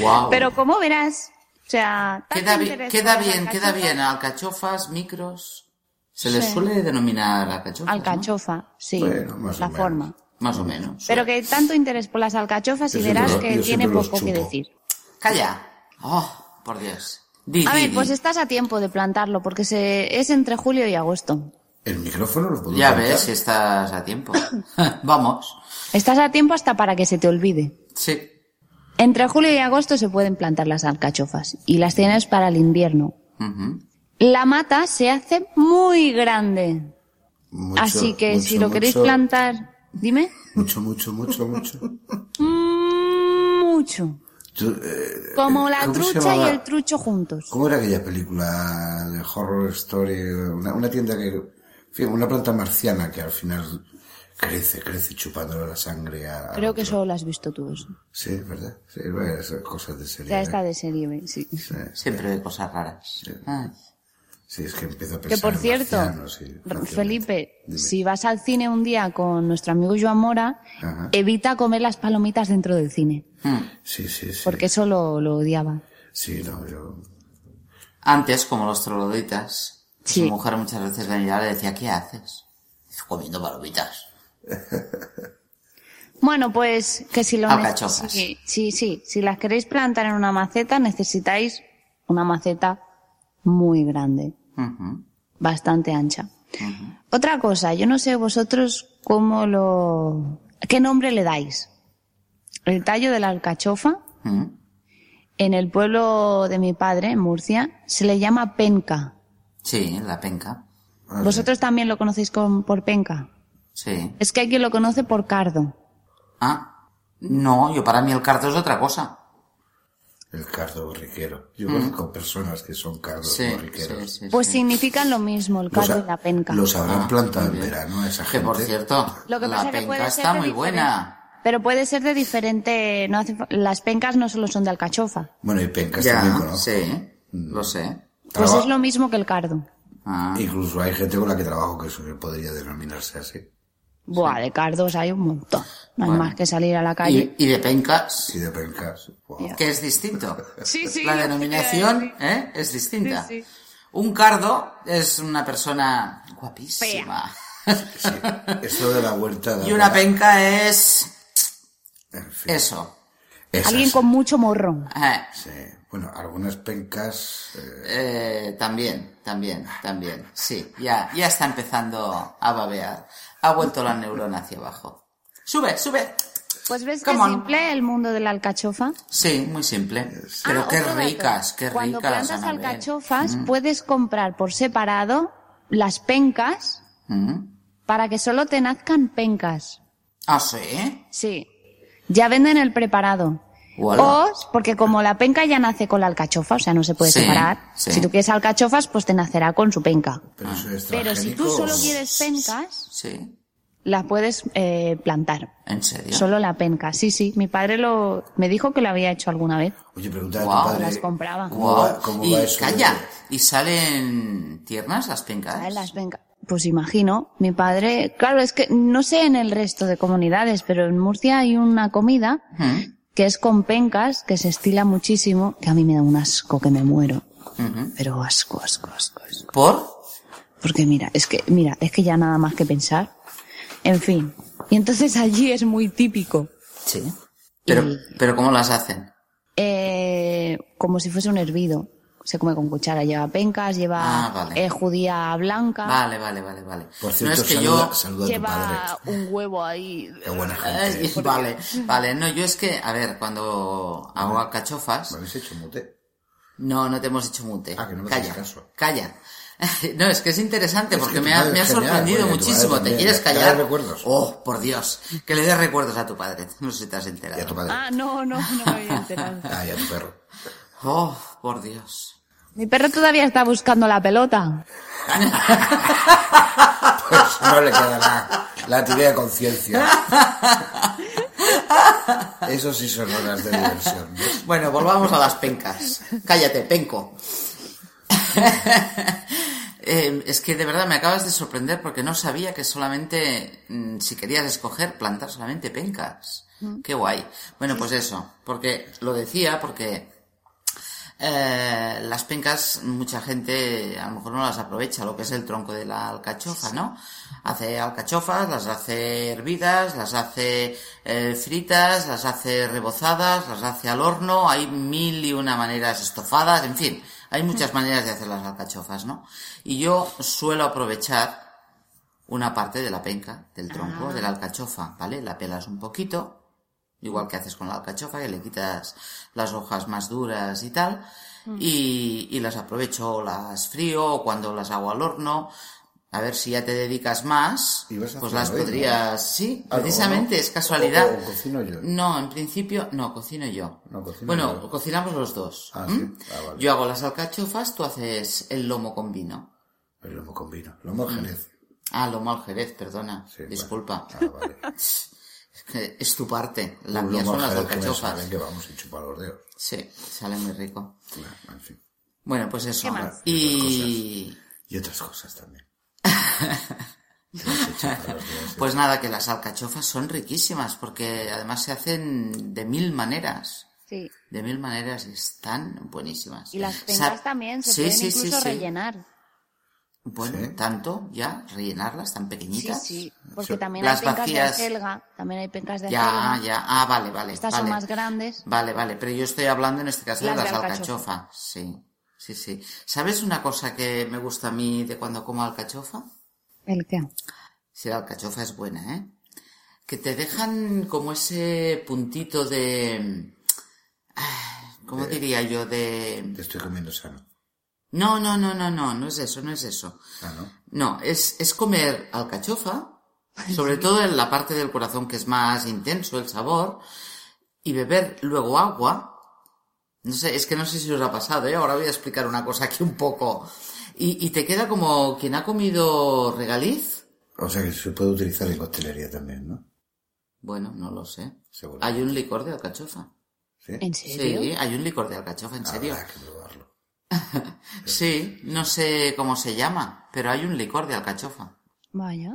[SPEAKER 2] Guau.
[SPEAKER 3] Pero como verás, o sea... tanto
[SPEAKER 2] Queda, bi-
[SPEAKER 3] interés
[SPEAKER 2] queda
[SPEAKER 3] por las
[SPEAKER 2] bien, queda
[SPEAKER 3] alcachofas-
[SPEAKER 2] bien. Alcachofas, micros. Se les
[SPEAKER 3] Sí.
[SPEAKER 2] suele denominar alcachofas. ¿no?
[SPEAKER 3] Alcachofa, sí,
[SPEAKER 5] Bueno, más o
[SPEAKER 3] la
[SPEAKER 5] menos.
[SPEAKER 3] forma.
[SPEAKER 2] Más o menos.
[SPEAKER 3] Pero que tanto interés por las alcachofas y
[SPEAKER 5] Yo
[SPEAKER 3] verás
[SPEAKER 5] siempre-
[SPEAKER 3] que
[SPEAKER 5] yo
[SPEAKER 3] tiene
[SPEAKER 5] siempre los
[SPEAKER 3] poco que
[SPEAKER 5] chupo.
[SPEAKER 3] decir.
[SPEAKER 2] Calla. Oh, por Dios. Di,
[SPEAKER 3] A
[SPEAKER 2] di,
[SPEAKER 3] ver,
[SPEAKER 2] di.
[SPEAKER 3] pues estás a tiempo de plantarlo porque se, es entre julio y agosto.
[SPEAKER 5] El micrófono lo puedo
[SPEAKER 2] Ya
[SPEAKER 5] plantar.
[SPEAKER 2] ves, estás a tiempo. Vamos.
[SPEAKER 3] Estás a tiempo hasta para que se te olvide.
[SPEAKER 2] Sí.
[SPEAKER 3] Entre julio y agosto se pueden plantar las alcachofas y las tienes para el invierno.
[SPEAKER 2] Ujú.
[SPEAKER 3] La mata se hace muy grande.
[SPEAKER 5] Mucho,
[SPEAKER 3] así que
[SPEAKER 5] mucho,
[SPEAKER 3] si lo queréis
[SPEAKER 5] mucho,
[SPEAKER 3] plantar, dime,
[SPEAKER 5] Mucho, mucho, mucho, mucho.
[SPEAKER 3] Mm, mucho.
[SPEAKER 5] Tú, eh,
[SPEAKER 3] Como la
[SPEAKER 5] ¿cómo se
[SPEAKER 3] trucha y
[SPEAKER 5] llamaba?
[SPEAKER 3] el trucho juntos.
[SPEAKER 5] ¿Cómo era aquella película de horror story? Una, una tienda que... en fin, una planta marciana que al final crece, crece chupándole la sangre a... al
[SPEAKER 3] Creo que
[SPEAKER 5] otro.
[SPEAKER 3] solo lo has visto tú. eso.
[SPEAKER 5] Sí, ¿verdad? Sí, bueno, esas cosas de serie.
[SPEAKER 3] Ya
[SPEAKER 5] ¿eh?
[SPEAKER 3] está de serie B, sí.
[SPEAKER 5] Sí,
[SPEAKER 2] Siempre de cosas raras. Ay.
[SPEAKER 5] sí, es que empiezo a pensar
[SPEAKER 3] Que por
[SPEAKER 5] en
[SPEAKER 3] cierto,
[SPEAKER 5] marcianos y-
[SPEAKER 3] Felipe,
[SPEAKER 5] Dime.
[SPEAKER 3] si vas al cine un día con nuestro amigo Joan Mora,
[SPEAKER 5] Ajá.
[SPEAKER 3] evita comer las palomitas dentro del cine,
[SPEAKER 2] Mm.
[SPEAKER 5] Sí, sí, sí.
[SPEAKER 3] porque eso lo, lo odiaba.
[SPEAKER 5] Sí, no, yo...
[SPEAKER 2] Antes, como los troloditas,
[SPEAKER 3] Sí.
[SPEAKER 2] su mujer muchas veces le miraba y le decía, ¿qué haces? Dice, comiendo palomitas.
[SPEAKER 3] Bueno, pues que si lo
[SPEAKER 2] Alcachofas.
[SPEAKER 3] neces- sí, sí, sí, si las queréis plantar en una maceta, necesitáis una maceta muy grande,
[SPEAKER 2] Ujú.
[SPEAKER 3] bastante ancha. Otra cosa, yo no sé vosotros cómo lo... ¿Qué nombre le dais? El tallo de la alcachofa,
[SPEAKER 2] Ujú.
[SPEAKER 3] en el pueblo de mi padre, en Murcia, se le llama penca.
[SPEAKER 2] Sí, la penca.
[SPEAKER 3] ¿Vosotros también lo conocéis con- por penca?
[SPEAKER 2] Sí.
[SPEAKER 3] Es que hay quien lo conoce por cardo.
[SPEAKER 2] Ah, no, yo para mí el cardo es otra cosa.
[SPEAKER 5] El cardo borriquero.
[SPEAKER 3] Mm.
[SPEAKER 5] Yo conozco personas que son cardos
[SPEAKER 2] Sí, sí,
[SPEAKER 5] borriqueros.
[SPEAKER 2] sí,
[SPEAKER 3] Pues
[SPEAKER 2] sí.
[SPEAKER 3] significan lo mismo, el
[SPEAKER 5] Los
[SPEAKER 3] cardo
[SPEAKER 5] ha-
[SPEAKER 3] y la penca.
[SPEAKER 5] Los habrán
[SPEAKER 2] Ah,
[SPEAKER 5] plantado
[SPEAKER 2] muy
[SPEAKER 5] en
[SPEAKER 2] bien.
[SPEAKER 5] verano esa
[SPEAKER 2] Que
[SPEAKER 5] gente.
[SPEAKER 2] por cierto,
[SPEAKER 3] Lo que pasa
[SPEAKER 2] la
[SPEAKER 3] es que puede
[SPEAKER 2] penca
[SPEAKER 3] ser
[SPEAKER 2] está
[SPEAKER 3] de
[SPEAKER 2] muy
[SPEAKER 3] diferente-
[SPEAKER 2] buena.
[SPEAKER 3] Pero puede ser de diferente. No hace fa- las pencas no solo son de alcachofa.
[SPEAKER 5] Bueno, y pencas también
[SPEAKER 2] Ya,
[SPEAKER 5] conozco. Mm.
[SPEAKER 2] sí, lo sé.
[SPEAKER 3] Pues
[SPEAKER 5] Traba-
[SPEAKER 3] es lo mismo que el cardo.
[SPEAKER 2] Ah,
[SPEAKER 5] Incluso hay gente con la que trabajo que eso podría denominarse así.
[SPEAKER 3] Buah, de cardos hay un montón. No hay
[SPEAKER 2] Bueno.
[SPEAKER 3] más que salir a la calle.
[SPEAKER 2] y, y de pencas,
[SPEAKER 5] Sí, de pencas. Wow.
[SPEAKER 2] que es distinto.
[SPEAKER 3] Sí, sí,
[SPEAKER 2] La
[SPEAKER 3] yo
[SPEAKER 2] denominación ¿eh? es distinta.
[SPEAKER 3] Sí, sí.
[SPEAKER 2] Un cardo es una persona guapísima.
[SPEAKER 5] Eso de la huerta. de
[SPEAKER 2] Y una
[SPEAKER 5] ahora,
[SPEAKER 2] penca es
[SPEAKER 5] en fin,
[SPEAKER 2] eso.
[SPEAKER 5] esas.
[SPEAKER 3] Alguien con mucho morrón.
[SPEAKER 2] Eh,
[SPEAKER 5] Sí. Bueno, algunas pencas. eh,
[SPEAKER 2] eh, también, también, también. Sí, ya, ya está empezando a babear. Ha vuelto la neurona hacia abajo. Sube, sube.
[SPEAKER 3] Pues ves
[SPEAKER 2] Come
[SPEAKER 3] que
[SPEAKER 2] on.
[SPEAKER 3] simple el mundo de la alcachofa.
[SPEAKER 2] Sí, muy simple. Pero
[SPEAKER 3] Ah,
[SPEAKER 2] qué
[SPEAKER 3] otro dato.
[SPEAKER 2] ricas, qué
[SPEAKER 3] Cuando
[SPEAKER 2] ricas. Mm.
[SPEAKER 3] plantas
[SPEAKER 2] Anabel.
[SPEAKER 3] alcachofas, puedes comprar por separado las pencas
[SPEAKER 2] Mm.
[SPEAKER 3] para que solo te nazcan pencas.
[SPEAKER 2] Ah, sí.
[SPEAKER 3] Sí. Ya venden el preparado.
[SPEAKER 2] Uala.
[SPEAKER 3] O, porque como la penca ya nace con la alcachofa, o sea, no se puede
[SPEAKER 2] Sí,
[SPEAKER 3] separar.
[SPEAKER 2] sí.
[SPEAKER 3] Si tú quieres alcachofas, pues te nacerá con su penca.
[SPEAKER 5] pero
[SPEAKER 2] Ah.
[SPEAKER 5] eso es
[SPEAKER 3] Pero si tú
[SPEAKER 5] transgénico.
[SPEAKER 3] solo quieres pencas,
[SPEAKER 2] Sí.
[SPEAKER 3] las puedes eh, plantar.
[SPEAKER 2] ¿En serio?
[SPEAKER 3] Solo la penca. Sí, sí. Mi padre lo me dijo que lo había hecho alguna vez.
[SPEAKER 5] Oye, preguntar a
[SPEAKER 2] Guau,
[SPEAKER 5] tu padre.
[SPEAKER 3] las compraba.
[SPEAKER 5] ¿Cómo
[SPEAKER 2] Guau.
[SPEAKER 5] va, cómo
[SPEAKER 2] y
[SPEAKER 5] va eso? de-
[SPEAKER 2] calla, ¿y salen tiernas las pencas?
[SPEAKER 3] Ah, las venga- Pues imagino, mi padre, claro, es que no sé en el resto de comunidades, pero en Murcia hay una comida
[SPEAKER 2] Mm,
[SPEAKER 3] que es con pencas, que se estila muchísimo, que a mí me da un asco que me muero.
[SPEAKER 2] mhm.
[SPEAKER 3] Pero asco, asco, asco, asco.
[SPEAKER 2] ¿Por?
[SPEAKER 3] Porque mira, es que, mira, es que ya nada más que pensar. En fin. Y entonces allí es muy típico.
[SPEAKER 2] Sí. Pero, pero ¿cómo las hacen?
[SPEAKER 3] Eh, como si fuese un hervido. Se come con cuchara, lleva pencas, lleva
[SPEAKER 2] Ah, vale.
[SPEAKER 3] eh, judía blanca.
[SPEAKER 2] Vale, vale, vale, vale.
[SPEAKER 5] Por cierto,
[SPEAKER 2] no es que
[SPEAKER 5] saluda,
[SPEAKER 2] yo...
[SPEAKER 5] saluda a tu padre.
[SPEAKER 3] Lleva un huevo ahí.
[SPEAKER 5] Qué buena gente.
[SPEAKER 2] Ay, vale, vale, no, yo es que, a ver, cuando hago alcachofas,
[SPEAKER 5] ¿Me habéis hecho mute?
[SPEAKER 2] no, no te hemos hecho mute.
[SPEAKER 5] Ah, que no me
[SPEAKER 2] calla,
[SPEAKER 5] haces caso.
[SPEAKER 2] calla. No, es que es interesante
[SPEAKER 5] Es que
[SPEAKER 2] porque
[SPEAKER 5] tu
[SPEAKER 2] me ha,
[SPEAKER 5] padre
[SPEAKER 2] me ha
[SPEAKER 5] es genial,
[SPEAKER 2] sorprendido
[SPEAKER 5] coño, tu
[SPEAKER 2] muchísimo.
[SPEAKER 5] padre
[SPEAKER 2] ¿Te
[SPEAKER 5] también.
[SPEAKER 2] quieres
[SPEAKER 5] Que le
[SPEAKER 2] callar?
[SPEAKER 5] des recuerdos.
[SPEAKER 2] Oh, por Dios, que le des recuerdos a tu padre. No sé si te has
[SPEAKER 5] Y a tu
[SPEAKER 2] enterado.
[SPEAKER 5] padre.
[SPEAKER 3] Ah, no, no, no me había enterado.
[SPEAKER 5] Ah, y a tu perro.
[SPEAKER 2] Oh, por Dios.
[SPEAKER 3] Mi perro todavía está buscando la pelota.
[SPEAKER 5] Pues no le queda nada. La tiré a conciencia. Eso sí son horas de diversión. ¿ves?
[SPEAKER 2] Bueno, volvamos a las pencas. Cállate, penco. Eh, es que de verdad me acabas de sorprender porque no sabía que solamente, mm, si querías escoger, plantar solamente pencas. Qué guay. Bueno, pues eso, porque lo decía, porque eh, las pencas mucha gente a lo mejor no las aprovecha, lo que es el tronco de la alcachofa, ¿no? Hace alcachofas, las hace hervidas, las hace eh, fritas, las hace rebozadas, las hace al horno, hay mil y una maneras estofadas, en fin, hay muchas maneras de hacer las alcachofas, ¿no? Y yo suelo aprovechar una parte de la penca, del tronco, de la alcachofa, ¿vale? La pelas un poquito, igual que haces con la alcachofa, que le quitas las hojas más duras y tal, y, y las aprovecho, las frío, o cuando las hago al horno, a ver si ya te dedicas más,
[SPEAKER 5] Y vas a
[SPEAKER 2] pues
[SPEAKER 5] hacer
[SPEAKER 2] las
[SPEAKER 5] hoy, ¿no?
[SPEAKER 2] podrías, sí,
[SPEAKER 5] Ah, ¿o
[SPEAKER 2] precisamente,
[SPEAKER 5] no?
[SPEAKER 2] es casualidad.
[SPEAKER 5] O- o cocino yo.
[SPEAKER 2] No, en principio, no, cocino yo.
[SPEAKER 5] No, cocino
[SPEAKER 2] bueno,
[SPEAKER 5] yo.
[SPEAKER 2] cocinamos los dos.
[SPEAKER 5] Ah,
[SPEAKER 2] ¿m?
[SPEAKER 5] sí. Ah, vale.
[SPEAKER 2] Yo hago las alcachofas, tú haces el lomo con vino.
[SPEAKER 5] El lomo con vino. Lomo jerez.
[SPEAKER 2] Ah, lomo al jerez, perdona.
[SPEAKER 5] Sí,
[SPEAKER 2] Disculpa.
[SPEAKER 5] Ah, vale.
[SPEAKER 2] Es que Es tu parte. La
[SPEAKER 5] Un
[SPEAKER 2] mía
[SPEAKER 5] lomo
[SPEAKER 2] son las
[SPEAKER 5] jerez que me pues, saben
[SPEAKER 2] alcachofas.
[SPEAKER 5] que vamos y chupar los dedos.
[SPEAKER 2] Sí, sale muy rico.
[SPEAKER 5] Bueno, en fin.
[SPEAKER 2] Bueno, pues eso.
[SPEAKER 3] ¿Qué más?
[SPEAKER 2] Y
[SPEAKER 5] Y otras cosas también. Que vas a chupar los dedos.
[SPEAKER 2] pues nada, que las alcachofas son riquísimas porque además se hacen de mil maneras.
[SPEAKER 3] Sí.
[SPEAKER 2] De mil maneras y están buenísimas.
[SPEAKER 3] Y las
[SPEAKER 2] Sa-
[SPEAKER 3] pencas también se
[SPEAKER 2] Sí,
[SPEAKER 3] pueden
[SPEAKER 2] sí, sí,
[SPEAKER 3] incluso
[SPEAKER 2] sí.
[SPEAKER 3] rellenar.
[SPEAKER 2] Bueno,
[SPEAKER 5] Sí.
[SPEAKER 2] tanto ya, rellenarlas tan
[SPEAKER 3] Sí,
[SPEAKER 2] pequeñitas.
[SPEAKER 3] sí. Porque también
[SPEAKER 2] Las
[SPEAKER 3] hay pencas
[SPEAKER 2] vacías.
[SPEAKER 3] de acelga. También hay pencas de
[SPEAKER 2] Ya,
[SPEAKER 3] acelga.
[SPEAKER 2] ya. Ah, vale, vale.
[SPEAKER 3] Estas
[SPEAKER 2] vale.
[SPEAKER 3] son más grandes.
[SPEAKER 2] Vale, vale, pero yo estoy hablando en este caso de
[SPEAKER 3] Las de
[SPEAKER 2] las
[SPEAKER 3] alcachofa.
[SPEAKER 2] alcachofas. Sí, sí, sí. ¿Sabes una cosa que me gusta a mí de cuando como alcachofa?
[SPEAKER 3] ¿El qué?
[SPEAKER 2] Si la alcachofa es buena, ¿eh? Que te dejan como ese puntito de... ah, ¿Cómo diría yo?
[SPEAKER 5] ¿eh? Te
[SPEAKER 2] De...
[SPEAKER 5] estoy comiendo sano.
[SPEAKER 2] No, no, no, no, no, no es eso, no es eso.
[SPEAKER 5] Ah, ¿no?
[SPEAKER 2] No, es, es comer alcachofa, sobre todo en la parte del corazón que es más intenso el sabor, y beber luego agua. No sé, es que no sé si os ha pasado, ¿eh? Ahora voy a explicar una cosa aquí un poco. Y, y te queda como quien ha comido regaliz.
[SPEAKER 5] O sea que se puede utilizar en costelería también, ¿no?
[SPEAKER 2] Bueno, no lo sé.
[SPEAKER 5] Seguro.
[SPEAKER 2] Hay un licor de alcachofa.
[SPEAKER 5] ¿Sí?
[SPEAKER 3] ¿En serio?
[SPEAKER 2] Sí, hay un licor de alcachofa, en serio.
[SPEAKER 5] Habrá que probarlo.
[SPEAKER 2] Sí, no sé cómo se llama, pero hay un licor de alcachofa.
[SPEAKER 3] Vaya.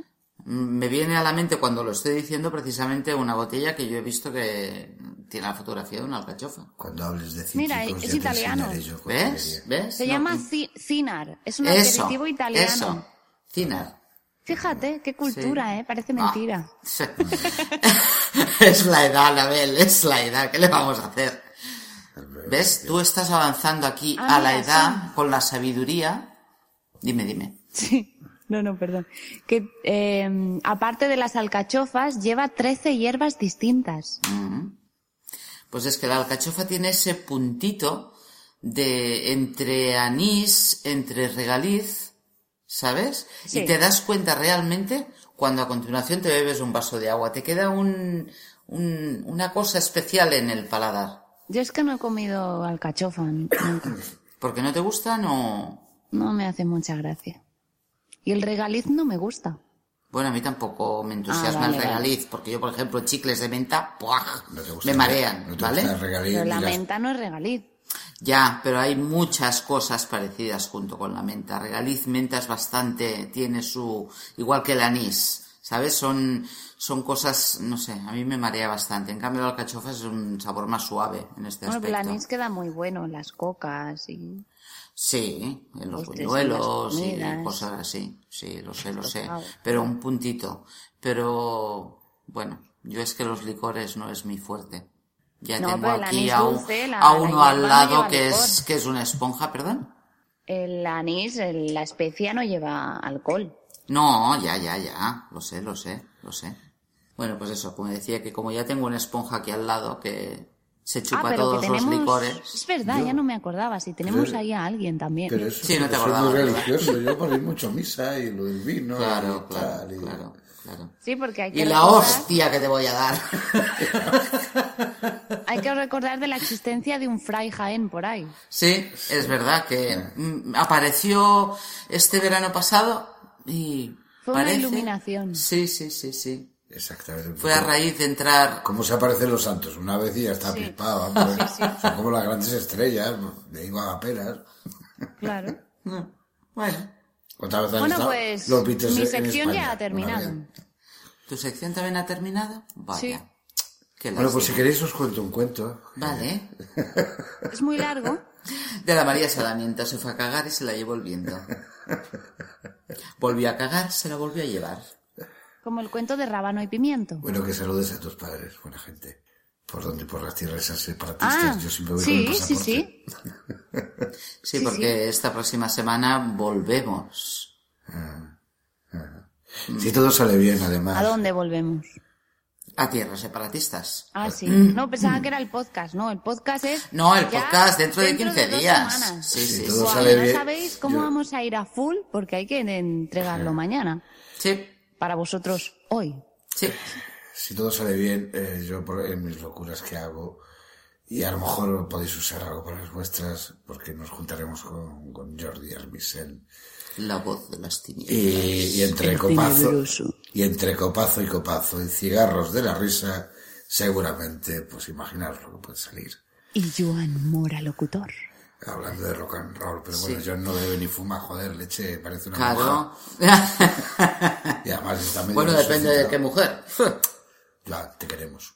[SPEAKER 2] Mm, Me viene a la mente cuando lo estoy diciendo precisamente una botella que yo he visto que Tiene la fotografía de una alcachofa.
[SPEAKER 5] Cuando hables de cítricos,
[SPEAKER 3] Mira, es
[SPEAKER 5] ya te
[SPEAKER 3] italiano.
[SPEAKER 5] enseñaré yo cuál
[SPEAKER 2] ¿Ves?
[SPEAKER 5] sería.
[SPEAKER 2] ¿Ves?
[SPEAKER 3] Se
[SPEAKER 2] No,
[SPEAKER 3] llama
[SPEAKER 2] mm,
[SPEAKER 3] ci- Cinar, es un
[SPEAKER 2] eso,
[SPEAKER 3] aperitivo italiano.
[SPEAKER 2] Eso. Cinar.
[SPEAKER 3] Fíjate, qué cultura, ¿eh? Parece
[SPEAKER 2] Ah.
[SPEAKER 3] mentira.
[SPEAKER 2] es la edad, Anabel, es la edad. ¿Qué le vamos a hacer? ¿Ves? Tú estás avanzando aquí
[SPEAKER 3] Ah,
[SPEAKER 2] a la
[SPEAKER 3] mira,
[SPEAKER 2] edad con la sabiduría. Dime, dime.
[SPEAKER 3] Sí. No, no, perdón. Que eh, aparte de las alcachofas, lleva 13 hierbas distintas.
[SPEAKER 2] Mm. Pues es que la alcachofa tiene ese puntito de entre anís, entre regaliz, ¿sabes?
[SPEAKER 3] Sí.
[SPEAKER 2] Y te das cuenta realmente cuando a continuación te bebes un vaso de agua. Te queda un, un- una cosa especial en el paladar.
[SPEAKER 3] Yo es que no he comido alcachofa nunca.
[SPEAKER 2] Porque no te gustan o...
[SPEAKER 3] No me hace mucha gracia. Y el regaliz no me gusta.
[SPEAKER 2] Bueno, a mí tampoco me entusiasma
[SPEAKER 3] Ah, vale,
[SPEAKER 2] el
[SPEAKER 3] vale.
[SPEAKER 2] regaliz, porque yo, por ejemplo, chicles de menta, ¡buah!
[SPEAKER 5] No te gusta
[SPEAKER 2] me
[SPEAKER 5] el-
[SPEAKER 2] marean,
[SPEAKER 5] no te
[SPEAKER 2] ¿vale?
[SPEAKER 5] gusta el regalín,
[SPEAKER 3] Pero la
[SPEAKER 5] dirás,
[SPEAKER 3] menta no es regaliz.
[SPEAKER 2] Ya, pero hay muchas cosas parecidas junto con la menta. Regaliz menta es bastante, tiene su, igual que el anís, ¿sabes? Son, son cosas, no sé, a mí me marea bastante. En cambio, la alcachofa es un sabor más suave en este
[SPEAKER 3] Bueno, pero el
[SPEAKER 2] aspecto.
[SPEAKER 3] anís queda muy bueno en las cocas y...
[SPEAKER 2] Sí, en los
[SPEAKER 3] Hostia, sí,
[SPEAKER 2] buñuelos
[SPEAKER 3] las
[SPEAKER 2] y
[SPEAKER 3] comidas.
[SPEAKER 2] cosas así. Sí, lo sé, lo sé.
[SPEAKER 3] Tostado.
[SPEAKER 2] Pero un puntito. Pero, bueno, yo es que los licores no es mi fuerte. Ya
[SPEAKER 3] No,
[SPEAKER 2] tengo
[SPEAKER 3] pero el
[SPEAKER 2] aquí
[SPEAKER 3] anís
[SPEAKER 2] a, un-
[SPEAKER 3] dulce, la-
[SPEAKER 2] a
[SPEAKER 3] la
[SPEAKER 2] uno
[SPEAKER 3] hierba
[SPEAKER 2] al
[SPEAKER 3] no
[SPEAKER 2] lado
[SPEAKER 3] lleva
[SPEAKER 2] que es,
[SPEAKER 3] licor.
[SPEAKER 2] que es una esponja, perdón.
[SPEAKER 3] El anís, el- la especia no lleva alcohol.
[SPEAKER 2] No, ya, ya, ya. Lo sé, lo sé, lo sé. Bueno, pues eso, como decía, que como ya tengo una esponja aquí al lado que se
[SPEAKER 3] Ah,
[SPEAKER 2] chupa
[SPEAKER 3] pero
[SPEAKER 2] todos
[SPEAKER 3] que tenemos...
[SPEAKER 2] los licores.
[SPEAKER 3] Es verdad, ya no me acordaba. Si tenemos ahí a alguien también.
[SPEAKER 5] Pero eso
[SPEAKER 2] Sí, no te
[SPEAKER 5] soy
[SPEAKER 2] acordabas,
[SPEAKER 5] muy
[SPEAKER 2] ¿verdad?
[SPEAKER 5] religioso. Yo por ir mucho a misa y lo del vino.
[SPEAKER 2] Claro,
[SPEAKER 5] y tal,
[SPEAKER 2] claro,
[SPEAKER 5] y-
[SPEAKER 2] claro, claro.
[SPEAKER 3] Sí, porque hay que,
[SPEAKER 2] Y la
[SPEAKER 3] recordar,
[SPEAKER 2] hostia que te voy a dar.
[SPEAKER 3] hay que recordar de la existencia de un fray Jaén por ahí.
[SPEAKER 2] Sí, es verdad que mm, apareció este verano pasado y
[SPEAKER 3] Fue una
[SPEAKER 2] parece-
[SPEAKER 3] iluminación.
[SPEAKER 2] Sí, sí, sí, sí.
[SPEAKER 5] Exactamente.
[SPEAKER 2] Fue a raíz de entrar
[SPEAKER 5] ¿Cómo se aparecen los santos? Una vez y ya está pispado. vamos, ¿eh? Son como las grandes estrellas, le digo a peras.
[SPEAKER 3] Claro.
[SPEAKER 2] Bueno,
[SPEAKER 5] Otra vez han
[SPEAKER 3] Bueno,
[SPEAKER 5] estado
[SPEAKER 3] pues,
[SPEAKER 5] los Beatles
[SPEAKER 3] mi
[SPEAKER 5] en
[SPEAKER 3] sección
[SPEAKER 5] España,
[SPEAKER 3] ya ha
[SPEAKER 5] una
[SPEAKER 3] terminado.
[SPEAKER 5] vez.
[SPEAKER 2] ¿tu sección también ha terminado? Vaya.
[SPEAKER 3] Sí.
[SPEAKER 2] Qué
[SPEAKER 5] Bueno, pues si
[SPEAKER 2] lástima.
[SPEAKER 5] queréis os cuento un cuento.
[SPEAKER 2] Vale.
[SPEAKER 3] Es muy largo.
[SPEAKER 2] De la María Salamienta se fue a cagar y se la llevó el viento. Volvió a cagar, se la volvió a llevar.
[SPEAKER 3] Como el cuento de Rábano y Pimiento.
[SPEAKER 2] Pues,
[SPEAKER 5] Bueno, que saludes a tus padres, buena gente. Por donde, por las tierras esas separatistas, yo siempre voy con
[SPEAKER 3] Ah, sí,
[SPEAKER 5] el
[SPEAKER 3] sí,
[SPEAKER 5] pasaporte.
[SPEAKER 3] sí.
[SPEAKER 2] Sí,
[SPEAKER 3] Sí,
[SPEAKER 2] porque esta próxima semana volvemos.
[SPEAKER 5] Si todo sale bien, además.
[SPEAKER 3] ¿A dónde volvemos?
[SPEAKER 2] A tierras separatistas.
[SPEAKER 3] Ah, sí. No, pensaba que era el podcast, ¿no. El podcast es.
[SPEAKER 2] Mm. No, el
[SPEAKER 3] ya
[SPEAKER 2] podcast dentro de 15
[SPEAKER 3] dos
[SPEAKER 2] días.
[SPEAKER 3] semanas.
[SPEAKER 2] Sí, sí,
[SPEAKER 5] Si
[SPEAKER 2] sí.
[SPEAKER 5] todo
[SPEAKER 3] Guau,
[SPEAKER 5] sale
[SPEAKER 3] no
[SPEAKER 5] bien.
[SPEAKER 3] sabéis cómo
[SPEAKER 5] yo-
[SPEAKER 3] vamos a ir a full porque hay que entregarlo mañana.
[SPEAKER 2] Sí,
[SPEAKER 3] Para vosotros hoy.
[SPEAKER 2] sí.
[SPEAKER 5] si todo sale bien, eh, yo por- en mis locuras que hago, y a lo mejor podéis usar algo para las vuestras, porque nos juntaremos con, con Jordi Armisen.
[SPEAKER 2] La voz de las
[SPEAKER 5] Y,
[SPEAKER 2] tinieblas.
[SPEAKER 5] y entre copazo, y entre copazo y copazo, y cigarros de la risa, seguramente, pues imaginaros lo que puede salir.
[SPEAKER 3] Y Joan Mora, locutor.
[SPEAKER 5] Hablando de rock and roll, pero bueno, yo no debo ni fumar, joder, leche, parece una
[SPEAKER 2] Claro.
[SPEAKER 5] mujer. Y además está medio
[SPEAKER 2] bueno, depende de
[SPEAKER 5] resucitado.
[SPEAKER 2] qué mujer.
[SPEAKER 5] Ya, te queremos.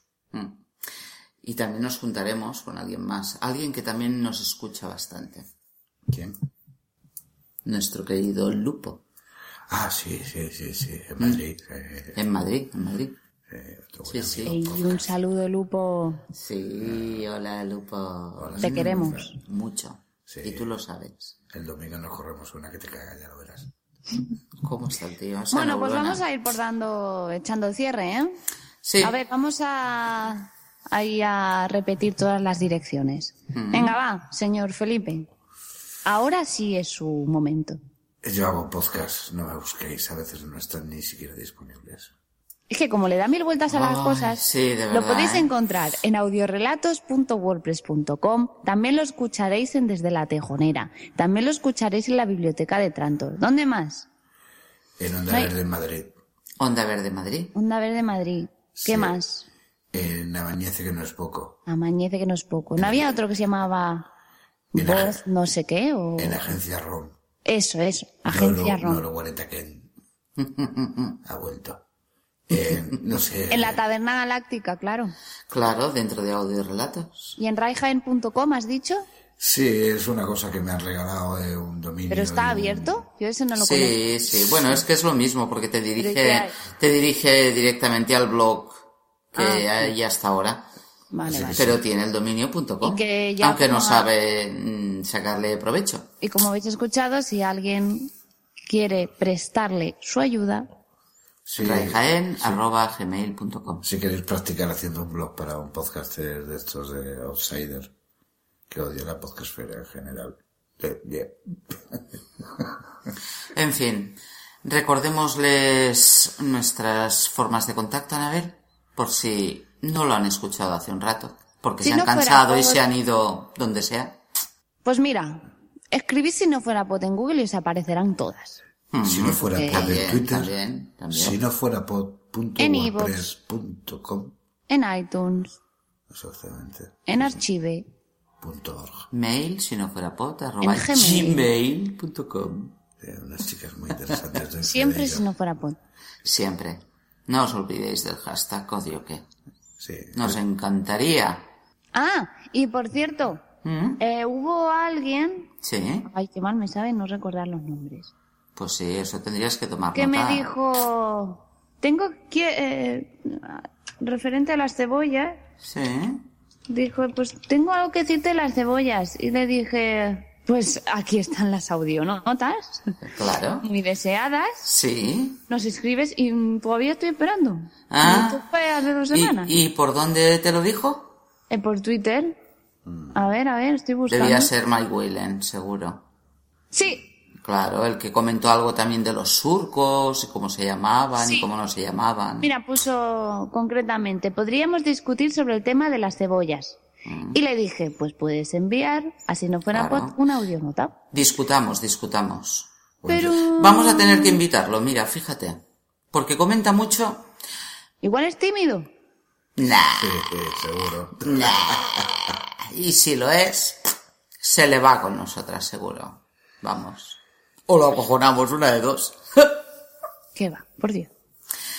[SPEAKER 2] Y también nos juntaremos con alguien más. Alguien que también nos escucha bastante.
[SPEAKER 5] ¿Quién?
[SPEAKER 2] Nuestro querido Lupo.
[SPEAKER 5] Ah, sí, sí, sí, sí, en Madrid. eh,
[SPEAKER 2] En Madrid, en Madrid.
[SPEAKER 5] eh, otro
[SPEAKER 2] Mm. Sí,
[SPEAKER 5] buen
[SPEAKER 2] sí.
[SPEAKER 3] Y un saludo, Lupo.
[SPEAKER 2] Sí, hola Lupo.
[SPEAKER 3] Te queremos.
[SPEAKER 2] Mucho.
[SPEAKER 5] Sí.
[SPEAKER 2] Y tú lo sabes.
[SPEAKER 5] El domingo nos corremos una que te caga, ya lo verás.
[SPEAKER 2] ¿Cómo está el tío? Esa
[SPEAKER 3] Bueno, pues
[SPEAKER 2] neurona.
[SPEAKER 3] vamos a ir por dando, echando el cierre, ¿eh?
[SPEAKER 2] Sí.
[SPEAKER 3] A ver, vamos a ahí a repetir todas las direcciones.
[SPEAKER 2] Mm.
[SPEAKER 3] Venga, va, señor Felipe. Ahora sí es su momento.
[SPEAKER 5] Yo hago podcast, no me busquéis, a veces no están ni siquiera disponibles.
[SPEAKER 3] Es que como le da mil vueltas a las
[SPEAKER 2] Ay,
[SPEAKER 3] cosas,
[SPEAKER 2] sí, de
[SPEAKER 3] lo
[SPEAKER 2] verdad,
[SPEAKER 3] podéis
[SPEAKER 2] ¿eh?
[SPEAKER 3] encontrar en audiorelatos.wordpress.com, también lo escucharéis en Desde la Tejonera, también lo escucharéis en la biblioteca de Trantor. ¿Dónde más?
[SPEAKER 5] En Onda
[SPEAKER 3] Ay.
[SPEAKER 5] Verde en Madrid,
[SPEAKER 2] Onda Verde Madrid.
[SPEAKER 3] Onda Verde Madrid. ¿Qué
[SPEAKER 5] Sí.
[SPEAKER 3] más?
[SPEAKER 5] en Amañece que no es poco,
[SPEAKER 3] Amañece que no es poco. ¿No había otro que se llamaba
[SPEAKER 5] En la-
[SPEAKER 3] Voz no sé qué? O...
[SPEAKER 5] en Agencia ROM,
[SPEAKER 3] Eso, eso. Agencia
[SPEAKER 5] no,
[SPEAKER 3] Rom.
[SPEAKER 5] lo Guaretaken. ha vuelto. Eh, no sé.
[SPEAKER 3] En la taberna galáctica, claro.
[SPEAKER 2] Claro, dentro de audio relatos.
[SPEAKER 3] Y en raijaen.com, ¿has dicho?
[SPEAKER 5] Sí, es una cosa que me han regalado de un dominio.
[SPEAKER 3] ¿Pero está
[SPEAKER 5] de un-
[SPEAKER 3] abierto? Yo ese no lo conozco.
[SPEAKER 2] Sí, sí. Bueno, es que es lo mismo porque te
[SPEAKER 3] qué
[SPEAKER 2] dirige,
[SPEAKER 3] hay?
[SPEAKER 2] te dirige directamente al blog que
[SPEAKER 3] Ah,
[SPEAKER 2] hay hasta ahora.
[SPEAKER 3] Vale, vale.
[SPEAKER 2] Pero tiene el dominio.com.
[SPEAKER 3] Y que ya
[SPEAKER 2] Aunque no
[SPEAKER 3] no ha-
[SPEAKER 2] sabe mm, sacarle provecho.
[SPEAKER 3] Y como habéis escuchado, si alguien quiere prestarle su ayuda,
[SPEAKER 5] Sí,
[SPEAKER 2] Raijaen@gmail.com.
[SPEAKER 5] si queréis practicar haciendo un blog para un podcaster de estos de Outsider, que odia la podcastfera en general. Eh, bien.
[SPEAKER 2] En fin, recordémosles nuestras formas de contacto, Anabel, por si no lo han escuchado hace un rato, porque
[SPEAKER 3] Si
[SPEAKER 2] se han
[SPEAKER 3] no fuera
[SPEAKER 2] cansado y
[SPEAKER 3] por-
[SPEAKER 2] se han ido donde sea.
[SPEAKER 3] pues mira, escribid si no fuera pot en Google y os aparecerán todas.
[SPEAKER 5] Si no fuera
[SPEAKER 3] Eh,
[SPEAKER 5] por el
[SPEAKER 2] también,
[SPEAKER 5] Twitter,
[SPEAKER 2] también, también.
[SPEAKER 5] si no fuera por
[SPEAKER 3] En iVoox.
[SPEAKER 5] .wordpress.com,
[SPEAKER 3] En iTunes,
[SPEAKER 5] exactamente,
[SPEAKER 3] en Archive,
[SPEAKER 5] punto .org.
[SPEAKER 2] Mail, si no fuera pot, arroba
[SPEAKER 3] En Gmail.
[SPEAKER 2] gmail.com.
[SPEAKER 5] Eh, unas chicas muy interesantes. dentro de
[SPEAKER 3] siempre
[SPEAKER 5] ello.
[SPEAKER 3] si no fuera pot.
[SPEAKER 2] Siempre. No os olvidéis del hashtag odio que.
[SPEAKER 5] Sí. eh,
[SPEAKER 2] Nos encantaría.
[SPEAKER 3] Ah, y por cierto,
[SPEAKER 2] ¿Mm?
[SPEAKER 3] eh, hubo alguien,
[SPEAKER 2] Sí,
[SPEAKER 3] ay, qué mal me sabe no recordar los nombres,
[SPEAKER 2] pues sí, eso tendrías que tomar
[SPEAKER 3] que me
[SPEAKER 2] nota.
[SPEAKER 3] dijo, tengo que, eh, referente a las cebollas,
[SPEAKER 2] Sí.
[SPEAKER 3] Dijo, pues tengo algo que decirte de las cebollas. Y le dije, pues aquí están las audionotas,
[SPEAKER 2] Claro.
[SPEAKER 3] muy deseadas.
[SPEAKER 2] Sí.
[SPEAKER 3] Nos escribes y mm, todavía estoy esperando.
[SPEAKER 2] Ah.
[SPEAKER 3] Esto fue hace dos
[SPEAKER 2] ¿Y,
[SPEAKER 3] semanas.
[SPEAKER 2] y por dónde te lo dijo?
[SPEAKER 3] Eh, por Twitter. A ver, a ver, estoy buscando.
[SPEAKER 2] Mm. Debía ser Mike Whalen, seguro.
[SPEAKER 3] Sí,
[SPEAKER 2] Claro, el que comentó algo también de los surcos y cómo se llamaban y cómo no se llamaban.
[SPEAKER 3] mira, puso concretamente, podríamos discutir sobre el tema de las cebollas. Y le dije, pues puedes enviar, así no fuera
[SPEAKER 2] Mm. Claro.
[SPEAKER 3] pod, una audionota.
[SPEAKER 2] Discutamos, discutamos.
[SPEAKER 3] Pero
[SPEAKER 2] Vamos a tener que invitarlo, mira, fíjate. Porque comenta mucho.
[SPEAKER 3] igual es tímido.
[SPEAKER 2] Nah,
[SPEAKER 5] Sí, sí, eh, seguro.
[SPEAKER 2] y si lo es, se le va con nosotras, seguro. Vamos. O lo acojonamos, una de dos.
[SPEAKER 3] ¿Qué va? Por Dios.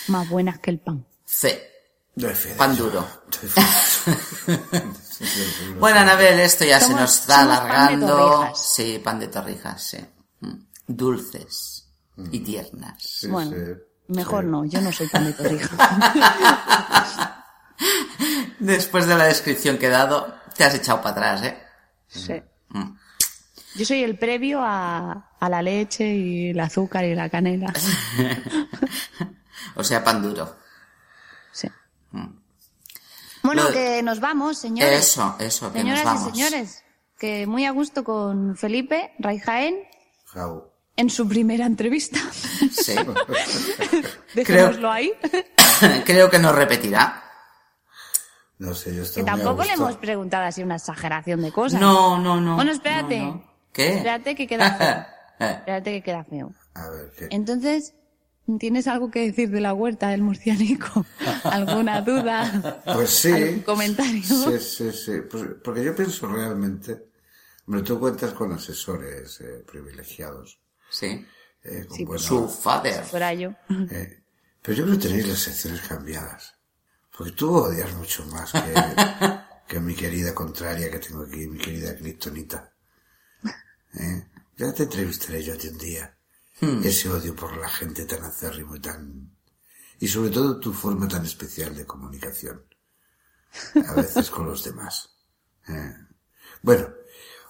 [SPEAKER 3] Más buenas que el pan.
[SPEAKER 2] C.
[SPEAKER 5] Doy fe de
[SPEAKER 2] Pan
[SPEAKER 5] ello.
[SPEAKER 2] duro.
[SPEAKER 5] Doy fe de ello.
[SPEAKER 2] Bueno, Anabel, esto ya se
[SPEAKER 3] Somos-
[SPEAKER 2] nos está
[SPEAKER 3] somos pan de
[SPEAKER 2] alargando.
[SPEAKER 3] torrijas.
[SPEAKER 2] sí, pan de torrijas, sí. Mm. Dulces y tiernas.
[SPEAKER 5] Sí,
[SPEAKER 3] Bueno,
[SPEAKER 5] sí.
[SPEAKER 3] mejor no, yo no soy tan de torrijas.
[SPEAKER 2] Después de la descripción que he dado, te has echado para atrás, ¿eh?
[SPEAKER 3] Sí.
[SPEAKER 2] Mm,
[SPEAKER 3] Yo soy el previo a, a la leche y el azúcar y la canela.
[SPEAKER 2] O sea, pan duro.
[SPEAKER 3] Sí. Bueno,
[SPEAKER 2] Mm. Lo-
[SPEAKER 3] que nos vamos, señores.
[SPEAKER 2] Eso, eso, que
[SPEAKER 3] Señoras
[SPEAKER 2] nos vamos.
[SPEAKER 3] y señores, que muy a gusto con Felipe Raijaén
[SPEAKER 5] Jau.
[SPEAKER 3] en su primera entrevista.
[SPEAKER 2] Sí.
[SPEAKER 3] Dejémoslo ahí.
[SPEAKER 2] Creo que nos repetirá.
[SPEAKER 5] No sé, yo estoy
[SPEAKER 3] Que
[SPEAKER 5] muy a
[SPEAKER 3] tampoco le
[SPEAKER 5] gusto.
[SPEAKER 3] hemos preguntado así una exageración de cosas.
[SPEAKER 2] No, eh. no, no.
[SPEAKER 3] Bueno, espérate.
[SPEAKER 2] No, no. ¿Qué? Eh,
[SPEAKER 3] Espérate que queda feo. Espérate que queda feo.
[SPEAKER 5] A ver, ¿qué?
[SPEAKER 3] Entonces, ¿tienes algo que decir de la huerta del murcianico? ¿Alguna duda?
[SPEAKER 5] Pues sí.
[SPEAKER 3] ¿Algún comentario?
[SPEAKER 5] Sí, sí, sí. Pues, porque yo pienso realmente. Hombre, tú cuentas con asesores eh, privilegiados.
[SPEAKER 2] Sí.
[SPEAKER 5] eh, con
[SPEAKER 3] Sí,
[SPEAKER 5] buena-
[SPEAKER 2] Su father.
[SPEAKER 3] Fuera yo.
[SPEAKER 5] eh, pero yo creo que tenéis las secciones cambiadas. Porque tú odias mucho más que, que mi querida contraria que tengo aquí, mi querida Kryptonita. Eh, ya te entrevistaré yo a ti un día. Ese odio por la gente tan acérrimo y tan... Y sobre todo tu forma tan especial de comunicación. A veces con los demás. Eh, Bueno,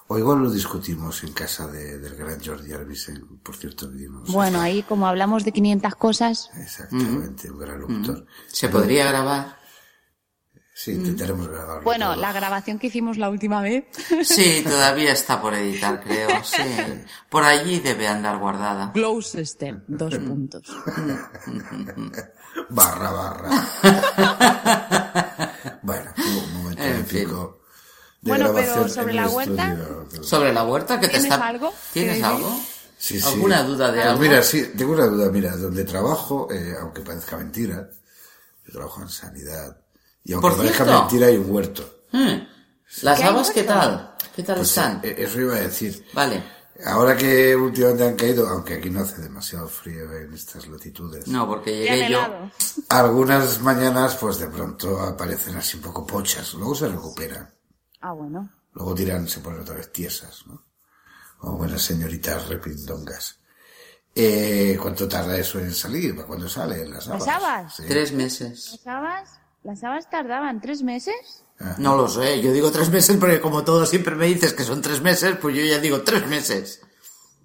[SPEAKER 5] o igual lo discutimos en casa de- del gran Jordi Arbisen, por cierto, que dimos-
[SPEAKER 3] Bueno, ahí como hablamos de 500 cosas,
[SPEAKER 5] Exactamente, un gran locutor.
[SPEAKER 2] Se podría grabar.
[SPEAKER 5] Sí, intentaremos grabarlo.
[SPEAKER 3] bueno,
[SPEAKER 5] todo.
[SPEAKER 3] la grabación que hicimos la última vez,
[SPEAKER 2] Sí, todavía está por editar, creo. Sí. Por allí debe andar guardada.
[SPEAKER 3] Gloucester, este, dos puntos.
[SPEAKER 5] Barra, barra. bueno, hubo un momento
[SPEAKER 2] En fin.
[SPEAKER 5] épico de
[SPEAKER 3] Bueno, pero
[SPEAKER 5] grabación en
[SPEAKER 3] sobre
[SPEAKER 5] el
[SPEAKER 3] la huerta-
[SPEAKER 5] estudio.
[SPEAKER 2] Sobre la huerta que te
[SPEAKER 3] ¿Tienes
[SPEAKER 2] está.
[SPEAKER 3] algo que
[SPEAKER 2] ¿Tienes
[SPEAKER 3] decir?
[SPEAKER 2] algo?
[SPEAKER 5] Sí, sí.
[SPEAKER 2] ¿Alguna duda de
[SPEAKER 5] Pues
[SPEAKER 2] algo?
[SPEAKER 5] Mira, sí, tengo una duda. Mira, donde trabajo, eh, aunque parezca mentira, yo trabajo en sanidad. Y aunque
[SPEAKER 2] Por
[SPEAKER 5] parezca
[SPEAKER 2] cierto.
[SPEAKER 5] mentira, hay un huerto.
[SPEAKER 2] Mm. ¿Las
[SPEAKER 3] ¿Qué hay
[SPEAKER 2] habas qué
[SPEAKER 3] huerta?
[SPEAKER 2] tal? ¿Qué tal
[SPEAKER 5] Pues,
[SPEAKER 2] están?
[SPEAKER 5] eh, eso iba a decir.
[SPEAKER 2] Vale.
[SPEAKER 5] Ahora que últimamente han caído, aunque aquí no hace demasiado frío en estas latitudes,
[SPEAKER 2] No, porque
[SPEAKER 3] Ya me
[SPEAKER 2] llegué yo.
[SPEAKER 3] lavo.
[SPEAKER 5] algunas mañanas pues de pronto aparecen así un poco pochas, luego se recuperan,
[SPEAKER 3] Ah, bueno.
[SPEAKER 5] luego tiran, se ponen otra vez tiesas, ¿no? Como buenas señoritas repindongas. Eh, ¿Cuánto tarda eso en salir? ¿Para ¿Cuándo salen las habas?
[SPEAKER 3] habas?
[SPEAKER 5] Sí.
[SPEAKER 2] Tres meses.
[SPEAKER 3] ¿Las habas? ¿Las habas tardaban tres meses?
[SPEAKER 5] Ah.
[SPEAKER 2] No lo sé, yo digo tres meses porque como todo siempre me dices que son tres meses, pues yo ya digo tres meses.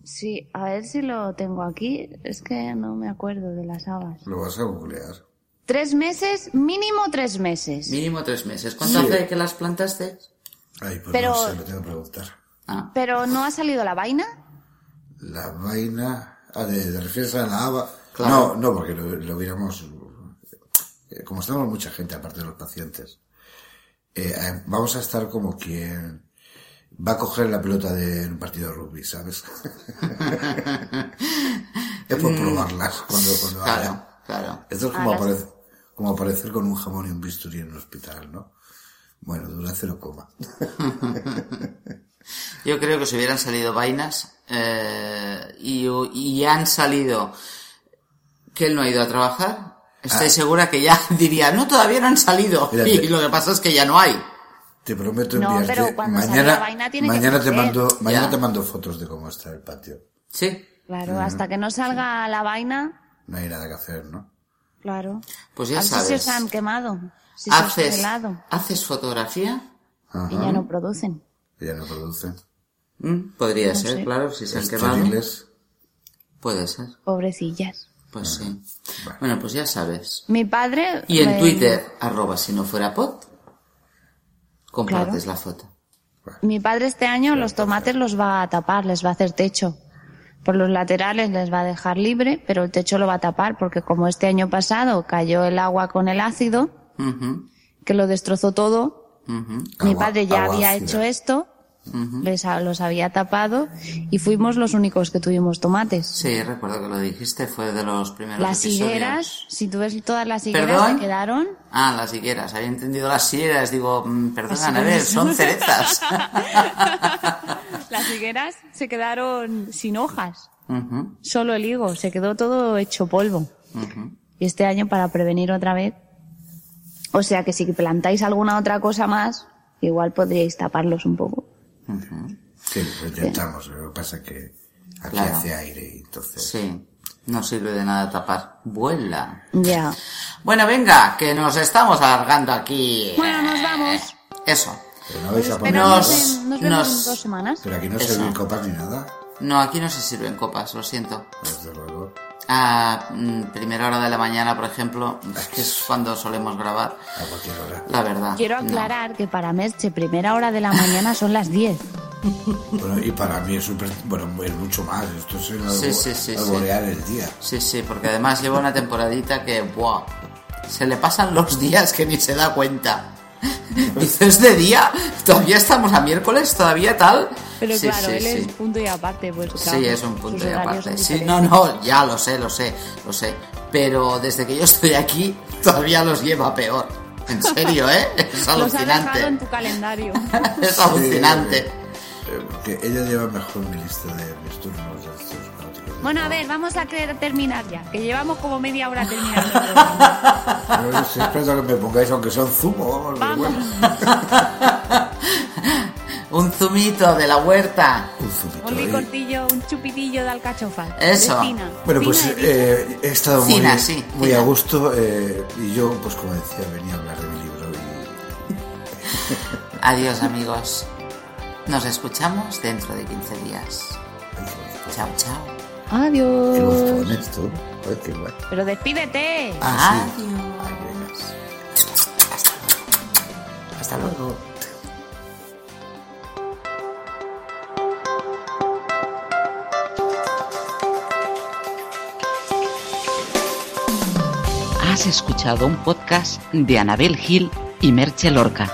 [SPEAKER 3] Sí, a ver si lo tengo aquí. Es que no me acuerdo de las habas.
[SPEAKER 5] Lo vas a googlear.
[SPEAKER 3] Tres meses, mínimo tres meses.
[SPEAKER 2] Mínimo tres meses. ¿Cuánto hace que las plantaste?
[SPEAKER 5] Ay, pues
[SPEAKER 3] Pero-
[SPEAKER 5] no sé, me tengo que preguntar.
[SPEAKER 2] Ah,
[SPEAKER 3] Pero no ha salido la vaina.
[SPEAKER 5] La vaina. Ah, de, de refieres a la haba.
[SPEAKER 2] Claro.
[SPEAKER 5] No, no, porque lo, lo hubiéramos. eh, Como estamos mucha gente, aparte de los pacientes, eh, eh, vamos a estar como quien va a coger la pelota de un partido de rugby, ¿sabes? es por probarlas cuando, cuando haya.
[SPEAKER 2] Mm. claro, claro.
[SPEAKER 5] Esto es como,
[SPEAKER 3] Ah, las-
[SPEAKER 5] aparece- como aparecer con un jamón y un bisturí en un hospital, ¿no? Bueno, dura cero coma.
[SPEAKER 2] Yo creo que si hubieran salido vainas eh, y, y han salido que él no ha ido a trabajar, estoy segura que ya diría, no, todavía no han salido.
[SPEAKER 5] Mírate.
[SPEAKER 2] Y lo que pasa es que ya no hay.
[SPEAKER 5] Te prometo
[SPEAKER 3] No,
[SPEAKER 5] enviarte.
[SPEAKER 3] pero cuando salga
[SPEAKER 5] mañana
[SPEAKER 3] la vaina tiene que
[SPEAKER 5] mañana te
[SPEAKER 3] crecer.
[SPEAKER 5] mando, mañana
[SPEAKER 2] Ya.
[SPEAKER 5] te mando fotos de cómo está el patio.
[SPEAKER 2] Sí.
[SPEAKER 3] Claro, hasta que no salga la vaina.
[SPEAKER 5] No hay nada que hacer, ¿no?
[SPEAKER 3] Claro.
[SPEAKER 2] Pues
[SPEAKER 3] a
[SPEAKER 2] ya
[SPEAKER 3] ver si
[SPEAKER 2] sabes.
[SPEAKER 3] os han quemado. Si se os han
[SPEAKER 2] Haces,
[SPEAKER 3] helado.
[SPEAKER 2] ¿Haces fotografía?
[SPEAKER 3] Y ya no producen.
[SPEAKER 5] Ella no produce.
[SPEAKER 2] Mm, Podría ser,
[SPEAKER 3] sé.
[SPEAKER 2] claro, si se
[SPEAKER 5] Este
[SPEAKER 2] han quemado.
[SPEAKER 5] Estériles.
[SPEAKER 2] Puede ser,
[SPEAKER 3] Pobrecillas.
[SPEAKER 2] pues sí. Bueno, pues ya sabes.
[SPEAKER 3] Mi padre.
[SPEAKER 2] Y en
[SPEAKER 3] me-
[SPEAKER 2] Twitter, arroba si no fuera pot, compartes la foto.
[SPEAKER 3] Mi padre este año los tomates los va a tapar, les va a hacer techo. Por los laterales les va a dejar libre, pero el techo lo va a tapar porque como este año pasado cayó el agua con el ácido,
[SPEAKER 2] Ujú, que
[SPEAKER 3] que lo destrozó todo, mi
[SPEAKER 5] Agua-
[SPEAKER 3] padre ya
[SPEAKER 5] agua
[SPEAKER 3] había
[SPEAKER 5] ácida.
[SPEAKER 3] hecho esto, les ha- los había tapado y fuimos los únicos que tuvimos tomates.
[SPEAKER 2] Sí, recuerdo que lo dijiste, fue de los primeros
[SPEAKER 3] Las
[SPEAKER 2] episodios.
[SPEAKER 3] higueras, si tú ves todas las higueras
[SPEAKER 2] ¿Perdón?
[SPEAKER 3] que quedaron,
[SPEAKER 2] Ah, las higueras, había entendido las higueras, digo, mm, perdona, a ver, son cerezas.
[SPEAKER 3] las higueras se quedaron sin hojas.
[SPEAKER 2] Ujú,
[SPEAKER 3] solo el higo, se quedó todo hecho polvo. Y este año para prevenir otra vez. O sea que si plantáis alguna otra cosa más, igual podríais taparlos un poco.
[SPEAKER 5] Sí, lo intentamos. Lo que pasa es que aquí
[SPEAKER 2] Claro.
[SPEAKER 5] hace aire y entonces.
[SPEAKER 2] sí, no sirve de nada tapar. Vuela.
[SPEAKER 3] Ya.
[SPEAKER 2] Bueno, venga, que nos estamos alargando aquí.
[SPEAKER 3] Bueno, nos vamos.
[SPEAKER 2] Eso.
[SPEAKER 5] Pero no vais a poner.
[SPEAKER 2] Nos-
[SPEAKER 3] Nos, nos
[SPEAKER 5] nada.
[SPEAKER 3] vemos
[SPEAKER 2] nos-
[SPEAKER 3] en dos semanas.
[SPEAKER 5] Pero aquí no
[SPEAKER 2] Eso.
[SPEAKER 5] se ven copas ni nada.
[SPEAKER 2] No, aquí no se sirven copas, lo siento.
[SPEAKER 5] Desde luego.
[SPEAKER 2] A mm, primera hora de la mañana, por ejemplo, que es cuando solemos grabar,
[SPEAKER 5] A cualquier hora.
[SPEAKER 2] la verdad.
[SPEAKER 3] Quiero
[SPEAKER 2] no.
[SPEAKER 3] aclarar que para Merche primera hora de la mañana son las 10.
[SPEAKER 5] Bueno, y para mí es súper. Bueno, es mucho más. Esto es el
[SPEAKER 2] Sí,
[SPEAKER 5] albo-
[SPEAKER 2] sí, sí, sí.
[SPEAKER 5] alborear el día.
[SPEAKER 2] Sí, sí, porque además lleva una temporadita que, ¡buah! Se le pasan los días que ni se da cuenta. Dices de día, todavía estamos a miércoles, todavía tal.
[SPEAKER 3] Pero
[SPEAKER 2] Sí,
[SPEAKER 3] claro,
[SPEAKER 2] sí,
[SPEAKER 3] él
[SPEAKER 2] sí.
[SPEAKER 3] es punto y aparte. Pues,
[SPEAKER 2] Sí,
[SPEAKER 3] claro,
[SPEAKER 2] es un punto
[SPEAKER 3] sus
[SPEAKER 2] de
[SPEAKER 3] horarios son
[SPEAKER 2] aparte. Sí, no,
[SPEAKER 3] diferentes.
[SPEAKER 2] no, ya lo sé, lo sé, lo sé. Pero desde que yo estoy aquí, todavía los lleva peor. En serio, ¿eh? Es
[SPEAKER 3] Los ha dejado en
[SPEAKER 2] alucinante.
[SPEAKER 3] tu calendario.
[SPEAKER 2] Es alucinante.
[SPEAKER 5] Eh, Porque ella lleva mejor mi lista de mis turnos de estos cuánticos.
[SPEAKER 3] Bueno, a ver, vamos a querer terminar ya, que llevamos como media hora terminando. el programa.
[SPEAKER 5] Pero os espero que me pongáis, aunque son zumo. pero
[SPEAKER 3] Vamos.
[SPEAKER 5] bueno.
[SPEAKER 2] Un zumito de la huerta.
[SPEAKER 5] Un zumito ¿eh?
[SPEAKER 3] Un
[SPEAKER 5] ahí.
[SPEAKER 3] licortillo, un chupitillo de alcachofa.
[SPEAKER 2] Eso.
[SPEAKER 3] De cina.
[SPEAKER 5] Bueno,
[SPEAKER 3] Cina
[SPEAKER 5] pues
[SPEAKER 3] de cina.
[SPEAKER 5] eh, he estado muy,
[SPEAKER 2] Cina, sí,
[SPEAKER 5] muy
[SPEAKER 2] cina.
[SPEAKER 5] a gusto eh, y yo, pues como decía, venía a hablar de mi libro y
[SPEAKER 2] Adiós, amigos. Nos escuchamos dentro de 15 días.
[SPEAKER 5] ay, qué
[SPEAKER 2] Chao, chao.
[SPEAKER 5] guay. Qué gusto
[SPEAKER 3] Adiós.
[SPEAKER 5] con esto. Ay, qué guay.
[SPEAKER 3] Pero despídete.
[SPEAKER 5] Ah, sí. Ay,
[SPEAKER 2] Adiós.
[SPEAKER 5] venga.
[SPEAKER 2] Hasta luego.
[SPEAKER 1] Has escuchado un podcast de Anabel Gil y Merche Lorca.